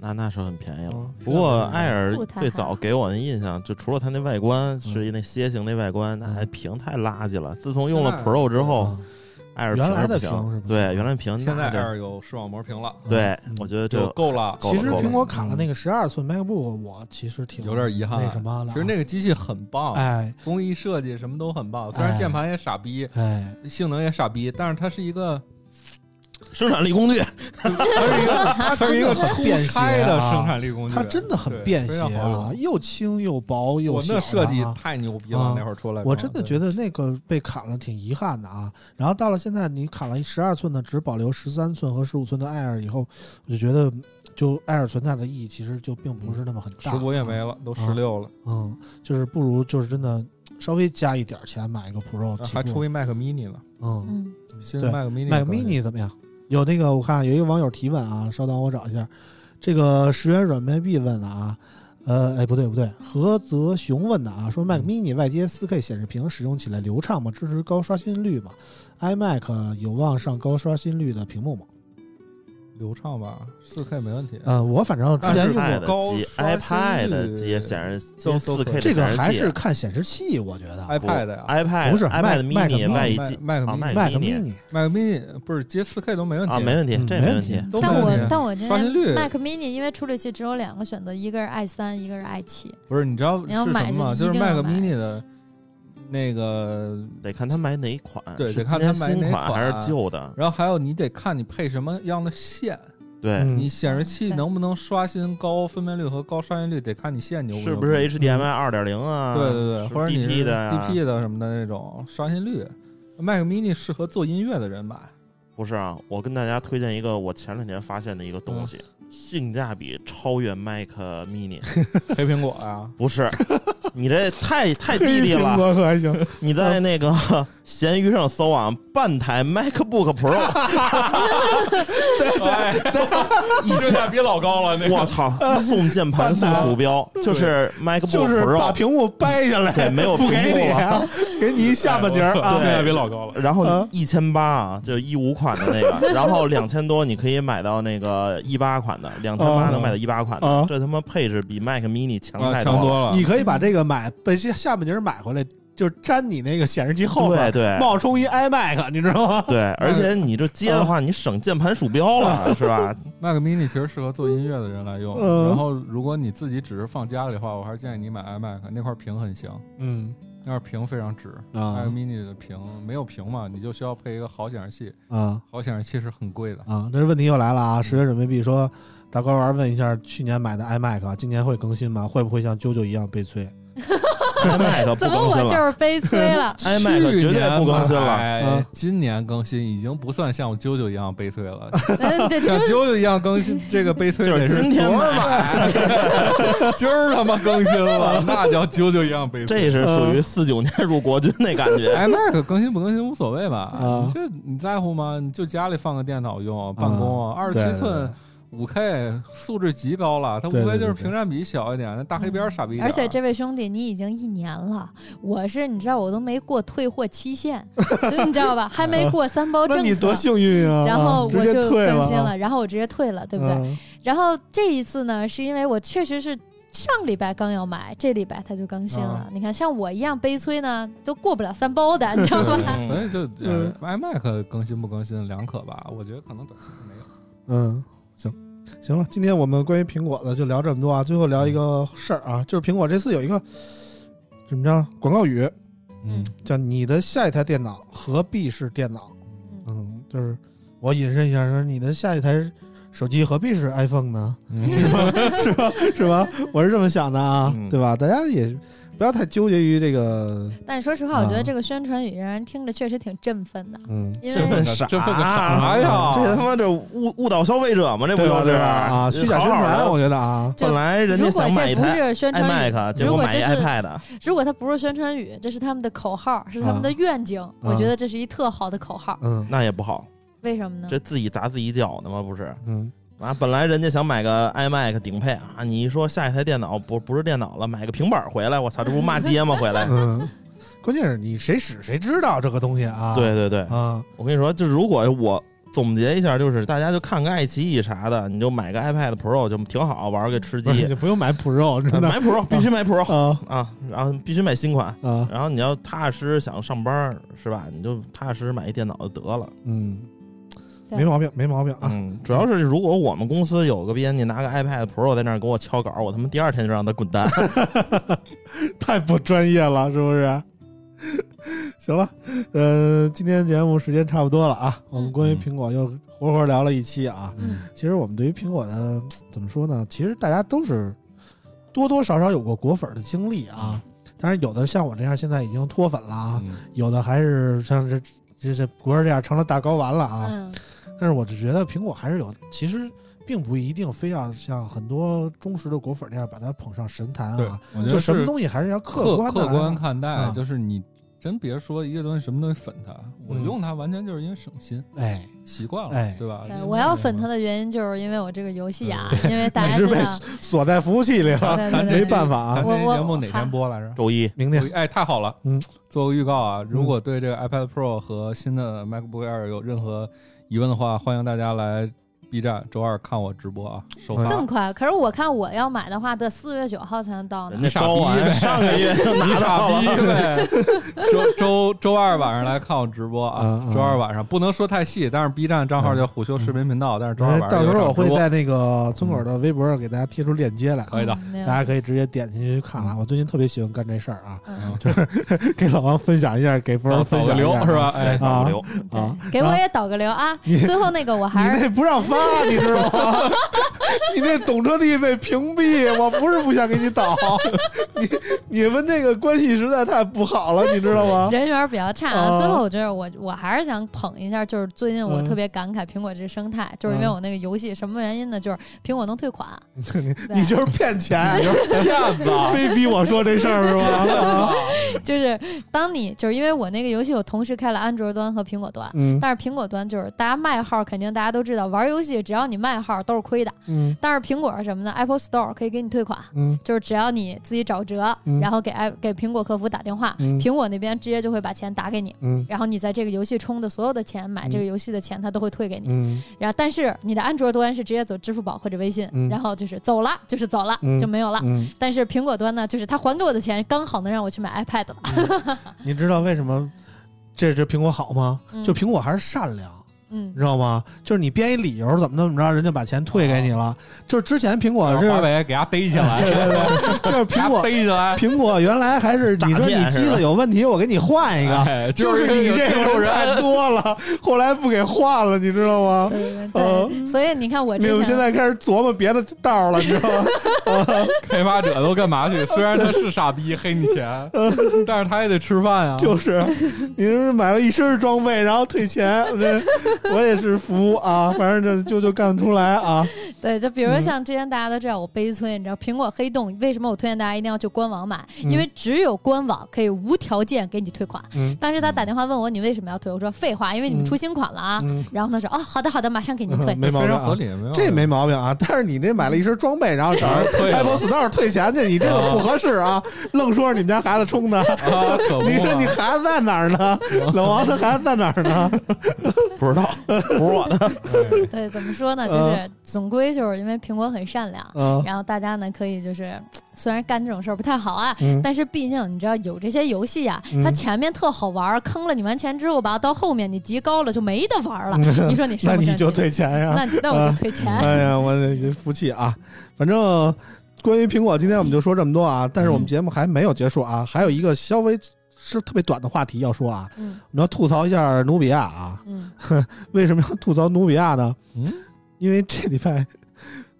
那那是很便宜了
嗯。
不过艾尔
不太
最早
好
给我的印象，就除了它那外观是一那楔形那外观，那还屏太垃圾了。自从用了
现在
Pro 之后，
啊
艾尔
原来的屏
不
是
行
不，行
对，原来屏
现在
那这
Air 有视网膜屏了，
对
嗯，
我觉得
就
就
够了。
够
其实
了嗯
苹果卡了那个十二寸 MacBook，我其实挺
有点遗憾
那什么了啊。
其实那个机器很棒，
哎
工艺设计什么都很棒，虽然
哎
键盘也傻逼，
哎，
性能也傻逼，但是它是一个
生产力工具，
它是一个
它
它是
真
一
的
个
很
铺
便携
开的
啊
生产力工具，
它真的很便携
对非常好
啊，
用
又轻又薄又
我
小、啊。
那设计太牛逼
啊
了，那会儿出来
我真的觉
得
得那个被砍了挺遗憾的啊。然后到了现在，你砍了十二寸的，只保留十三寸和十五寸的 Air 以后，我就觉得，就 Air 存在的意义其实就并不是那么很大。
嗯
啊
十五也没了，都十六了，
嗯，就是不如就是真的稍微加一点钱买一个 Pro，起
啊还
步
出一 Mac mini 了，
嗯
嗯，
新
对
Mac mini
Mac
可以
mini 怎么样？有那个我看有一个网友提问啊，稍等我找一下，这个石原软妹币问的啊，呃，哎不对不对，何泽雄问的啊，说 Mac
嗯
mini 外接 4K 显示屏使用起来流畅吗？支持高刷新率吗？iMac 有望上高刷新率的屏幕吗？
流畅吧，四 K 没问题。
嗯
呃，我反正之前用
但
过
是。
iPad 机、
高刷新率
iPad 机显示
都
接
啊
四 K 的
这个
显示器
还是看显示器，我觉得
iPad 呀
iPad
不是
iPad
Mac-
mini
Mac
外
mini
机
Mac
啊
mini
Mac
mini
mini
Mac mini 不是接四 K 都没问题
啊，没问题，
嗯
这没问
没问题
都没
但我
问题
但我今
刷新率
天 Mac mini 因为处理器只有两个选择，一个是 i 三，一个是 i 七。
不是，你知道
你要
是什么吗？
买
就是
就一定
Mac
要买
mini 的那个，
得看他买哪一款，
对
是
得看
今
他
年
买
新
哪
款还
款嗯
是旧的，
然后还有你得看你配什么样的线，
对，
嗯
你显示器
对
能不能刷新高分辨率和高刷新率，得看你线牛不牛
是
逼，嗯
不是 HDMI 二点零啊？
对对对，
是
或者你
DP
是
的呀
DP 的什么的那种刷新率。Mac mini 适合做音乐的人买，
不是啊，我跟大家推荐一个我前两天发现的一个东西，
嗯
性价比超越 Mac Mini。
黑苹果啊 呀，
不是，你这太
黑
太低劣
苹
了。
果可还行，
你
嗯
在那个 闲鱼上搜啊，半台 MacBook Pro，
对，哎性价比老高了。
我操，送键盘送鼠标，就是 MacBook
就是把
Pro，
屏幕掰下来，
对，没有屏
不给
幕
你
了。
啊，给你一下巴泥儿啊
对。
老高了。
然后
啊
一千八啊，就一五款的 那个，然后两千多你可以买到那个一八款的，两千八
啊
能买到一八款
啊
的，这他妈配置比 Mac Mini 强
啊，
太
强
多了。
多了。
你可以把这个买，把这下半截儿买回来，就是粘你那个显示器后边儿，
对对
冒充一 iMac，你知道吗？
对，而且你这接的
嗯
话，你省键盘鼠标了，是吧？
Mac mini 其实适合做音乐的人来用，
嗯
然后如果你自己只是放家里的话，我还是建议你买 iMac，那块屏很行，
嗯
那块屏非常值。
啊
Mac mini 的屏没有屏嘛，你就需要配一个好显示器，
啊
好显示器是很贵的。
啊！这问题又来了啊！十月准备币说，大官玩问一下，去年买的 iMac 啊今年会更新吗？会不会像啾啾一样被催？
iMac 不
怎么
更
我
新
就
了？
是悲催了
，iMac 绝对不更新了。
了啊
嗯
哎今年更新已经不算像我啾啾一样悲催 了，
嗯，对，就
像
是
啾啾一样更新，这个悲催
就是
得
今天
昨儿买， 今儿他妈更新 了，那叫啾啾一样悲催。
这是属于四九年入国军那感觉。
iMac 更新不更新无所谓吧？
啊
你这你在乎吗？你就家里放个电脑用，办公二十
对
七寸哦五 K 素质极高了，它无
对对
非
对
就是
对
屏占比小一点，那大黑边儿傻逼一点
嗯
儿。
而且这位兄弟，你已经一年了，我是你知道我都没过退货期限，所以你知道吧，还没过三
啊
包
那
政
你多
策。
幸运啊！
然后
直
我
接
就
退
更新
了啊，
了，然后我直接退了，对不对？
嗯
然后这一次呢，是因为我确实是上礼拜刚要买，这礼拜它就更新了。
啊
你看，像我一样悲催呢，都过不了三包的，你知道
对
吗？
嗯
所以就
嗯
呃 iMac 更新不更新两可吧，我觉得可能短期内没有。
嗯，行行了，今天我们关于苹果的就聊这么多啊。最后聊一个事儿啊，就是苹果这次有一个怎么着广告语，
嗯
叫你的下一台电脑何必是电脑？
嗯
嗯，就是我引申一下说，你的下一台手机何必是 iPhone 呢？
嗯，
是吧？是吧？是吧？我是这么想的啊，
嗯
对吧？大家也不要太纠结于这个，
但说实话，
啊
我觉得这个宣传语让人听着确实挺振奋的，
嗯，
因
这份
为
个
傻
这份个啥呀？
这他妈这误误导消费者吗？这不
对吧？
就是
对吧？啊，虚假宣
好好
传，
的
我觉得啊，
就
本来人家
如果
想买
这
一
不
台
是宣传语，
iMac，结
如
果
果
买一
这是
iPad，
如果它不是宣传语，这是他们的口号，是他们
啊
的愿景。我觉得这是一特好的口号，
嗯
那也不好，
为什么呢？
这自己砸自己脚呢吗？不是
嗯，，
啊，本来人家想买个 iMac 顶配啊，你一说下一台电脑不不是电脑了，买个平板儿回来，我操，这不骂街吗？回来
嗯，关键是你谁使谁知道这个东西啊？
对对对，
啊，
我跟你说，就如果我总结一下，就是大家就看个爱奇艺啥的，你就买个 iPad Pro 就挺好，玩个吃
不是
鸡啊
你，不用买 Pro，真的
买 Pro 必须买 Pro
啊
啊，然后必须买新款。
啊，
然后你要踏踏实实想上班儿是吧？你就踏踏实实买一电脑就得了。
嗯，
对
没毛病，没毛病啊。
嗯，主要是如果我们公司有个编辑拿个 iPad Pro 在那儿给我敲稿，我他妈第二天就让他滚蛋。
太不专业了，是不是？ 行了，呃，今天节目时间差不多了啊，我们
嗯
关于苹果又活活聊了一期啊。
嗯
其实我们对于苹果的怎么说呢？其实大家都是多多少少有过果粉的经历啊。当然，有的像我这样现在已经脱粉了啊，
嗯
有的还是像这这这果儿这样成了大睾丸了啊。
嗯
但是我就觉得苹果还是有，其实并不一定非要像很多忠实的果粉那样把它捧上神坛
对
啊。，
我觉
就
得
什么
是
东西还是要客
客
观的
客观看
啊
待，就是你真别说一个东西什么东西粉它，我
嗯
用它完全就是因为省心，
哎，
习惯
哎
了，对吧？
对，我要粉他的原因就是因为我这个游戏啊，
嗯
因为大
那
家
是
知
被
道，
锁在服务器 里了，
对对对
没办法
咱
啊。
这
我我
节目哪天播来着？
周 一
明天
哎，太好了，
嗯，
做个预告啊！如果对这个 iPad Pro 和新的 MacBook Air 有任何疑问的话，欢迎大家来 B 站周二看我直播啊，首发。
这么快？可是我看我要买的话，得四月九号才能
啊
到呢
人。家高玩上个月就
你
拿
傻
到
逼
了，
呗！周周周二晚上来看我直播啊
嗯！嗯
周二晚上不能说太细，但是 B 站账号叫虎嗅视频频道，但是周二晚
嗯
上
哎到时候我会
有场直播
在那个村口的微博上给大家贴出链接来，
嗯可以的嗯
嗯，没有
大家可以直接点进去看了。啊我最近特别喜欢干这事儿啊，
嗯
给老王分享一下，给波儿
导
分享
个
一
流
下啊
是吧？？哎，
打不流。
啊，
对，给我也导个流啊！
你
最后那个我
你
还是
那不让发，啊你知道吗？ 你那懂车帝被屏蔽，我不是不想给你导，你你们这个关系实在太不好了，你知道吗？
人缘比较差啊。
啊
最后我觉得我我还是想捧一下，就是最近我
嗯
特别感慨苹果这生态，就是因为我那个游戏什么原因呢？就是苹果能退款，
你就是骗钱，
骗子啊！
非逼我说这事儿是 吧？啊
就是当你就是因为我那个游戏我同时开了安卓端和苹果端。
嗯
但是苹果端就是大家卖号，肯定大家都知道，玩游戏只要你卖号都是亏的。
嗯
但是苹果是什么呢？Apple Store 可以给你退款，
嗯
就是只要你自己找辙，
嗯
然后给 i 给苹果客服打电话，
嗯
苹果那边直接就会把钱打给你，
嗯
然后你在这个游戏充的所有的钱，买这个游戏的钱，他都会退给你。
嗯
然后，但是你的安卓端是直接走支付宝或者微信，
嗯
然后就是走了，就是走了，
嗯
就没有了。
嗯，
但是苹果端呢，就是他还给我的钱刚好能让我去买 iPad 了。
嗯 你知道为什么这这苹果好吗？
嗯
就苹果还是善良。
嗯
你，知道吗？就是你编一理由怎么怎么着，人家把钱退给你了。就是之前苹果是
华，为给他逮起来，
对对 对， 就是
给
苹
他
果
逮起来，
苹果原来还是你
诈
说你
骗是
机
吧
子有问题，我给你换一个，
哎
就是你这种人太多了，后来不给换了，你知道吗？
对对
哦
对，所以你看我
你
之
们
前
现在开始琢磨别的道了，你知道吗？
开发者都 干嘛去？虽然他是傻逼黑你钱，但是他也得吃饭啊。
就是，你这是买了一身装备，然后退钱，这我也是服啊，反正这就就干得出来啊。
对，就比如
嗯
像之前大家都知道我悲催，你知道苹果黑洞为什么我推荐大家一定要去官网买？
嗯
因为只有官网可以无条件给你退款。
嗯
当时他打电话问我你为什么要退，我说废话，因为你
嗯
们出新款了啊。
嗯，
然后他说哦，好的好的，马上 给您退。
没毛
非
病
常合
啊。
理，没有
这没毛病啊，但是你这买了一身装备，然后找人
退了
Apple Store 退钱去，你这个不合适啊！愣说是你们家孩子充的，
啊，可不
你说
嘛
你孩子在哪儿呢？老王他孩子在哪儿呢？
不知道，不是我的。
哎
对，怎么说呢？就是总归就是因为苹果很善良，
嗯
然后大家呢可以就是虽然干这种事儿不太好啊，
嗯
但是毕竟你知道有这些游戏啊，
嗯
它前面特好玩儿，坑了你完钱之后吧，到后面你级高了就没得玩儿了。你说你
嗯
生
那
不
你
生
就
气？
退钱 呀！
那那我就退钱。
哎呀，我这服气啊！反正关于苹果，今天我们就说这么多啊。但是我们节目还没有结束啊，还有一个稍微是特别短的话题要说啊，
嗯
我们要吐槽一下努比亚啊。
嗯
为什么要吐槽努比亚呢？
嗯
因为这礼拜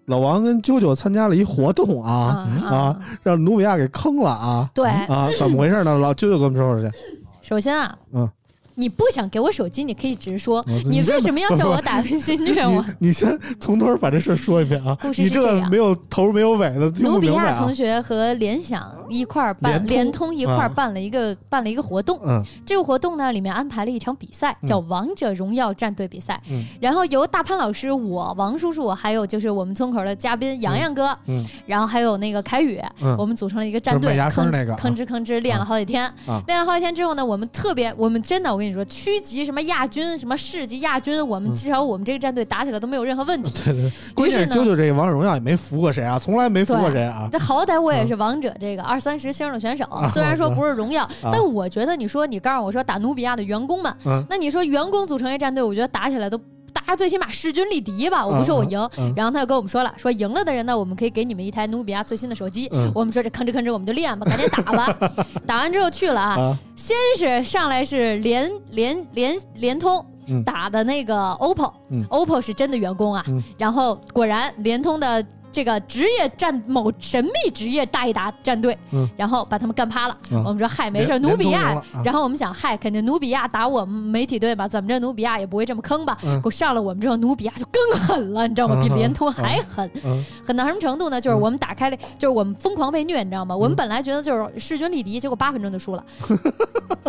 老王跟啾啾参加了一活动啊。啊，让努比亚给坑了啊！
嗯对
啊，怎么回事呢？老舅舅跟我们说说去。
首先啊，
嗯
你不想给我手机，你可以直说，
嗯
你
你先
为什么要叫我打微信 虐我？
你你先从头把这事儿说一遍啊！
故事
你
是
这
这
个
样
没有头没有尾的，听
努
不
比
明白
亚
啊
同！学和联想一块儿办，
联通
联通一块儿
嗯
办了一个、办了一个活动。
嗯
这个活动呢，里面安排了一场比赛，叫《王者荣耀战队比赛》，
嗯
然后由大潘老师、我、王叔叔，还有就是我们村口的嘉宾洋洋哥，
嗯
然后还有那个凯宇，
嗯
我们组成了一个战
就是
队，
卖牙
吭
坑那个啊
吭哧吭哧练了好几天。
啊
练了好几天之后呢，我们特别，我们真的，我跟你说，区级什么亚军、什么市级亚军，我们
嗯
至少我们这个战队打起来都没有任何 问题。
对对，关键是
于是呢
舅舅这个王者荣耀也没服过谁啊，从来没服过
对
谁啊！
这好歹我也是王者
嗯
这个二三十星儿的选手，虽然说不是荣耀，但我觉得你说你告诉我说打努比亚的员工们，
啊嗯
那你说员工组成一战队，我觉得打起来都大家最起码势均力敌吧。我不说我赢，
嗯
然后他就跟我们说了，说赢了的人呢，我们可以给你们一台努比亚最新的手机。
嗯
我们说这吭哧吭哧，我们就练吧，赶紧打 吧。打完之后去了啊，
啊，
先是上来是联联联联通
嗯
打的那个 OPPO，OPPO、
嗯
OPPO 是真的员工啊。
嗯
然后果然联通的这个职业战某神秘职业大一打战队，
嗯
然后把他们干趴了。
嗯
我们说嗨，没事，
联
努比
联通赢
亚
了啊。
然后我们想嗨，肯定努比亚打我们媒体队吧，怎么着努比亚也不会这么坑吧？
嗯
给我上了我们之后，努比亚就更狠了，你知道吗？比
嗯嗯
联通还狠。
嗯
狠到什么程度呢？就是
嗯
我们打开了，就是我们疯狂被虐，你知道吗？我们
嗯
本来觉得就是势均力敌，结果八分钟 就输了，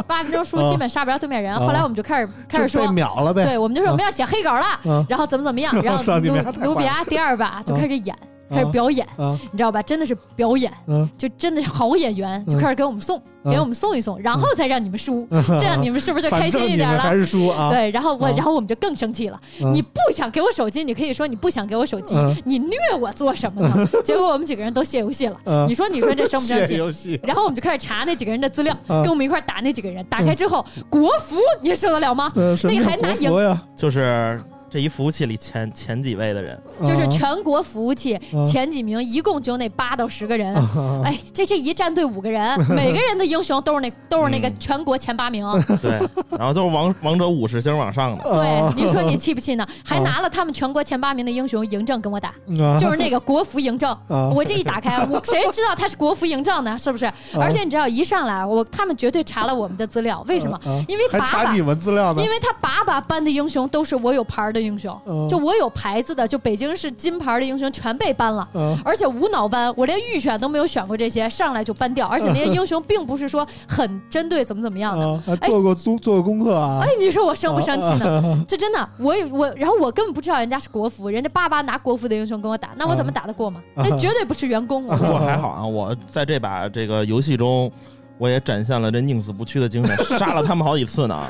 八分钟输基本杀不着对面人。
啊
后来我们就开始开始
就
说
被，啊秒了呗，
对，我们就说我们要写黑稿了，
嗯
然后怎么怎 么样，然
我操
后
你
努
们俩太坏了
努比亚第二把就开始演，开始表演，
啊
你知道吧？真的是表演，
嗯，
就真的是好演员，就开始给我们送，
嗯
给我们送一送，然后再让你们输，这样你们是不是就开
反
心
正
一
你
点
们还
了？
是输啊，
对，然后我，
啊
然后我们就更生气了。
嗯
你不想给我手机，你可以说你不想给我手机
嗯，
你虐我做什么 呢？结果我们几个人都卸游戏了。
嗯
你说，你说这生不生
谢
气？
游戏，
然后我们就开始查那几个人的资料，
嗯
跟我们一块儿打那几个人。打开之后，国服你受得了吗？
嗯，什么
那
叫
个还拿
国服呀，
就是这一服务器里前前几位的人，
啊
就是全国服务器
嗯
前几名，一共就那八到十个人。
啊
哎，这这一战队五 个人，每个人的英雄都是那都是那个
嗯
全国前八名。
哦
对，然后都是王王者五十星往上的，
对
啊，
你说你气不气呢？还拿了他们全国前八名的英雄嬴政跟我打，
啊
就是那个国服嬴政。
啊
我这一 打开，我谁知道他是国服嬴政呢？是不是？而且你知道，一上来我他们绝对查了我们的资料，为什么？
啊啊
因为
还
把
查
把，
你们资料呢
因，为他把把搬的英雄都是我有牌儿的英雄，
嗯
就我有牌子的，就北京市金牌儿的英雄全被搬了。
啊
而且无脑搬，我连预选都没有选过这些，上来就搬掉。而且那些英雄并不是说很针对怎么怎么样的。
啊，还做过做做过功课啊
哎，，你说我生不生气
哦
呢？这真的，我有我，然后我根本不知道人家是国服，人家爸爸拿国服的英雄跟我打，
嗯
那我怎么打得过 嘛？那绝对不是员工，我
我
跟
还好啊，我在这把这个游戏中，我也展现了这宁死不屈的精神，杀了他们好几次 呢。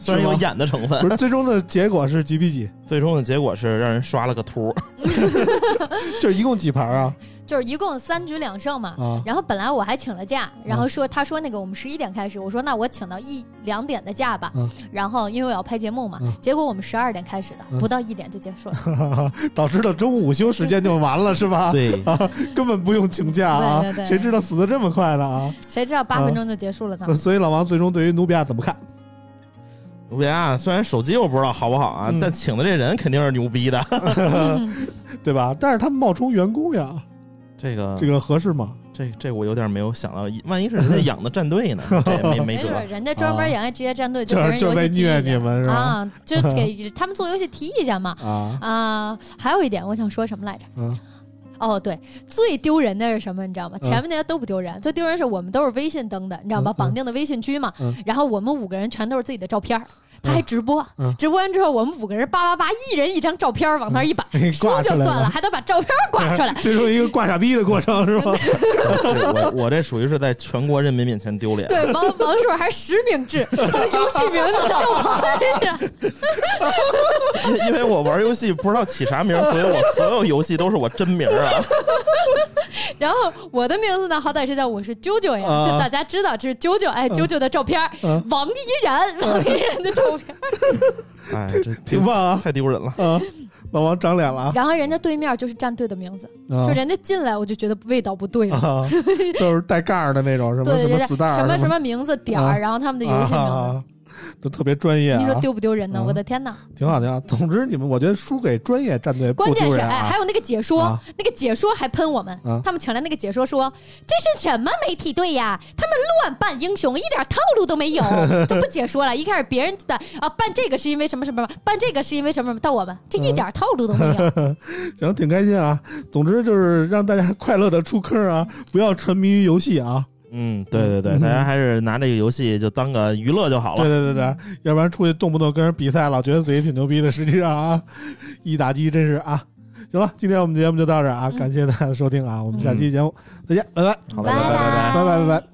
虽然有演的成分，
不是最终的结果是几比几？
最终的结果是让人刷了个图。
就是一共几盘啊？
就是一共三局两胜嘛。
啊
然后本来我还请了假，
嗯
然后说他说那个我们十一点开始，我说那我请到一两点的假吧
嗯。
然后因为我要拍节目嘛
嗯，
结果我们十二点开始的，
嗯
不到一点就结束 了。
导致了中午午休时间就完了是吧？
对，
啊，根本不用请假啊
对对，对
谁知道死的这么快呢啊？
谁知道八分钟就结束了呢？
所以老王最终对于努比亚怎么看？
努比亚啊虽然手机我不知道好不好啊，
嗯
但请的这人肯定是牛逼的。
对吧？但是他冒充员工呀，
这个
这个合适吗？
这这我有点没有想到，万一是人家养的战 队呢？这也没没
没
辙
准。儿人家专门养个职业战队，
啊就
给人
是就
游
被
戏提
虐
意
你
见
们是吧？
啊，就 给他们做游戏提意见嘛。
啊
啊，还有一点我想说什么来着？
嗯
哦，对，最丢人的是什么？你知道吗？
嗯
前面那些都不丢人，最丢人是我们都是微信登的，你知道吗？
嗯嗯
绑定的微信区嘛
嗯，
然后我们五个人全都是自己的照片儿，他还直播
嗯，
直播完之后我们五个人叭叭叭，一人一张照片儿往那儿一摆，
嗯
输
挂
就
出来
算了，
了。
还得把照片儿挂出来
最终一个挂傻逼的过程 是吧？
对我我这属于是在全国人民面前丢脸。
对，王王硕还实 名制，他的游戏名字叫王呀。
因因为我玩游戏不知道起啥名儿，所以我所有游戏都是我真名儿啊。
然后我的名字呢，好歹是叫我是啾啾呀，
啊
就大家知道这是啾啾，哎，啾啾的照片儿，
嗯
王一然，王一然的照片儿。
哎，这
挺棒啊
太丢人了。
啊！老王长脸了啊！
然后人家对面就是战队的名字，
啊
就人家进来我就觉得味道不对 了。
啊，都是带盖儿的那种，什么
对
什么
对对，
死蛋儿
什么什
么
么名字点
啊
儿，然后他们的游戏名字，
啊，都特别专业啊。
你说丢不丢人呢？
啊
我的天哪！
挺好挺好。总之，你们我觉得输给专业战队不
关键
丢
是
人
哎，
啊
还有那个解说
啊，
那个解说还喷我们
啊，
他们请来那个解说说这是什么媒体队呀？他们乱办英雄，一点套路都没 有，就不解说了。一开始别人的啊办这个是因为什么什么，办这个是因为什么什么，到我们
嗯
这一点套路都没有。
行，挺开心啊。总之就是让大家 快乐的出坑啊，不要沉迷于游戏啊。
嗯，对对对，大家还是拿这个游戏就当个娱乐就好
对
了。
对对对，要不然出去动不动跟人比赛，老觉得自己挺牛逼的，实际上啊，一打击真是啊。行了，今天我们节目就到这儿啊，
嗯
感谢大家的收听啊，我们下期节目再见，拜拜，
好嘞拜拜拜拜
拜拜拜拜。